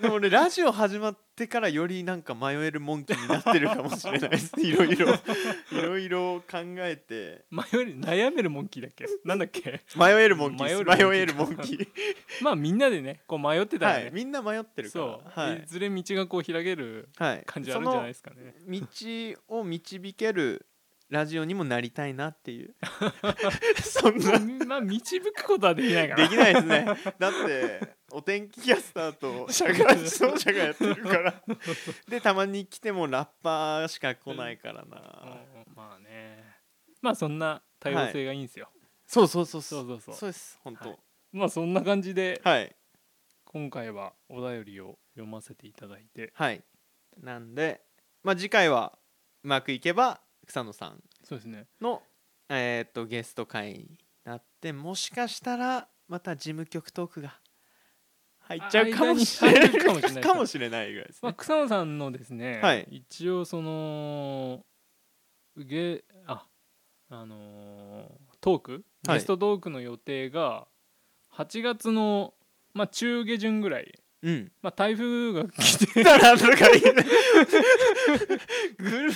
S1: でも俺ラジオ始まってからよりなんか迷えるモンキーになってるかもしれないです いろいろいろいろ考えて
S2: 迷える悩めるモンキーだっ けなんだっけ
S1: 迷えるモンキーです迷
S2: 迷
S1: え
S2: え
S1: る
S2: る
S1: モ
S2: モ
S1: ン
S2: ン
S1: キ
S2: キ
S1: ー
S2: まあみんなでねこう迷ってたら
S1: は
S2: ね、
S1: いみんな迷ってるから
S2: そう、、
S1: はいい、
S2: ずれ道がこう開ける
S1: はい、
S2: 感じあるんじゃないですかね
S1: その道を導けるラジオにもなりたいなって いうそんな
S2: まあ導くことはできないから
S1: できないですねだってお天気キャスターと社会奏者がやってるからでたまに来てもラッパーしか来ないから
S2: う
S1: な、
S2: んまあねまあそんな多様性がいいんですよ、
S1: そうそうそう
S2: そうそうそう
S1: そうです本当
S2: まあそんな感じで
S1: はい
S2: 今回はお便りを読ませていただいて
S1: はいなんでまあ次回はうまくいけば草野さん
S2: そうですね
S1: のえーっとゲスト会になってもしかしたらまた事務局トークが入っちゃうかもしれ
S2: 間に入るかもし
S1: な
S2: れないい
S1: かもしれないぐらいです
S2: まあ、
S1: ね。
S2: 草野さんのですね、
S1: はい
S2: 一応そのゲああのートーク
S1: はい
S2: ゲストトークの予定が8月の、まあ、中下旬ぐらい、
S1: うん。
S2: まあ、台風が来て
S1: だからなんかいいねぐる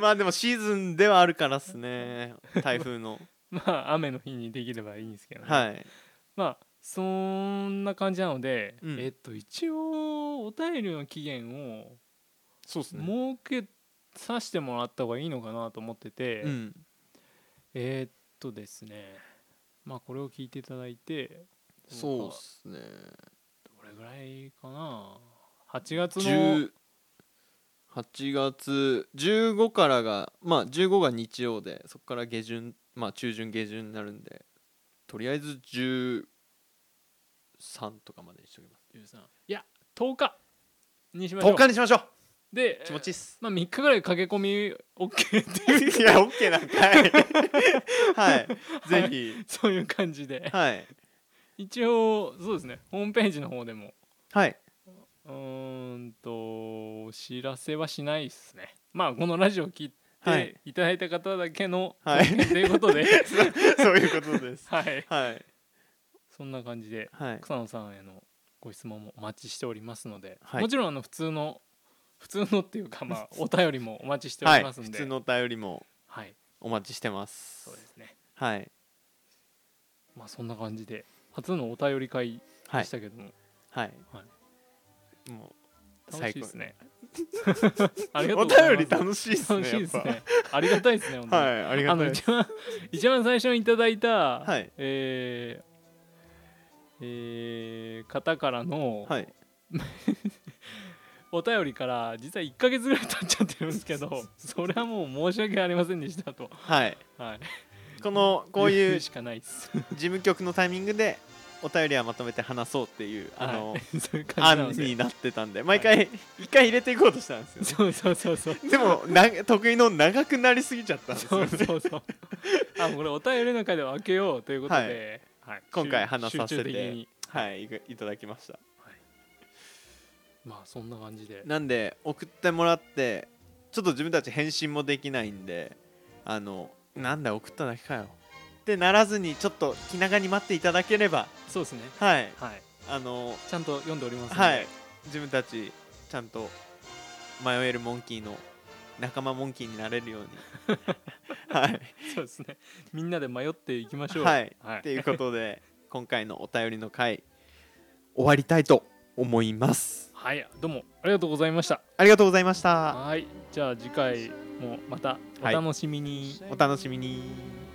S1: まあでもシーズンではあるからっすね。台風の。
S2: まあ雨の日にできればいいんですけどね、
S1: はい。
S2: まあそんな感じなので、
S1: うん
S2: えっと一応お便りの期限を
S1: そうです
S2: 設。けさせてもらった方がいいのかなと思ってて、
S1: うん。
S2: えーっとですねまあこれを聞いていただいて
S1: そうっすね。
S2: どれぐらいかな8月の
S1: 10 8月15からがまあ15が日曜でそこから下旬まあ中旬下旬になるんでとりあえず13とかまでにしておきま
S2: 13いや10日にしますしょう
S1: 10日にしましょう
S2: で
S1: 気持ちいいっす
S2: まあ、3日ぐらい駆け込み OK って
S1: いや OK なんか いはいぜひ
S2: そういう感じで
S1: はい
S2: 一応そうですねホームページの方でも
S1: はい、
S2: うーんとお知らせはしないですねまあこのラジオを聞い
S1: はい
S2: ていただいた方だけの、
S1: はい
S2: ということ で
S1: そういうことです
S2: はい
S1: はい
S2: そんな感じで
S1: はい
S2: 草野さんへのご質問もお待ちしておりますので、
S1: はい
S2: もちろんあの普通の普通のっていう かまあお便りもお待ちしてお
S1: は
S2: り
S1: い
S2: ます
S1: 普
S2: んで、
S1: 通のお便りも
S2: はい
S1: お待ちしてます
S2: そうですね
S1: はい
S2: まあそんな感じで初のお便り会
S1: は
S2: で
S1: い
S2: したけども、
S1: はい、
S2: は
S1: もう
S2: 楽
S1: 最
S2: しい
S1: 高
S2: ですね ありがと
S1: お
S2: うございます
S1: 便り楽しいですね
S2: 楽しいです
S1: やっ
S2: ねありがたいですね本当
S1: ぱ
S2: に、
S1: はいあり
S2: あ
S1: が
S2: の
S1: たい
S2: 一番一番最初にいただいた、
S1: はい
S2: えーえー方からの、
S1: はい
S2: お便りから実は1ヶ月ぐらい経っちゃってるんですけ どそれはもう申し訳ありませんでしたと、
S1: はい
S2: はい、
S1: このこうい
S2: 言
S1: う事
S2: しかないです
S1: 務局のタイミングでお便りはまとめて話そうっていうあの、
S2: はい、 そういう感じな
S1: 案
S2: の
S1: に
S2: で
S1: なってたんで毎回一回入れていこうとしたんですよね
S2: そうそうそうそう
S1: でもな得意の長くなりすぎちゃったんです
S2: そ
S1: よ
S2: う
S1: ね
S2: そ うそうあこれお便りの回では開けようということで、はい
S1: 今回話させ
S2: 集中的
S1: て
S2: に
S1: はいいいただきました
S2: まあそんな感じで
S1: なんで送ってもらってちょっと自分たち返信もできないんであのなんだ送っただけかよってならずにちょっと気長に待っていただければ
S2: そうですね
S1: はい
S2: はい
S1: あの
S2: ちゃんと読んでおりますので、
S1: はい、自分たちちゃんと迷えるモンキーの仲間モンキーになれるようにはい、
S2: そうですねみんなで迷っていきましょう
S1: はい
S2: は
S1: っ
S2: い
S1: ていうことで今回のお便りの回終わりたいと思います
S2: はいどうもありがとうございました
S1: ありがとうございました
S2: はいじゃあ次回もまたお楽しみに、
S1: お楽しみに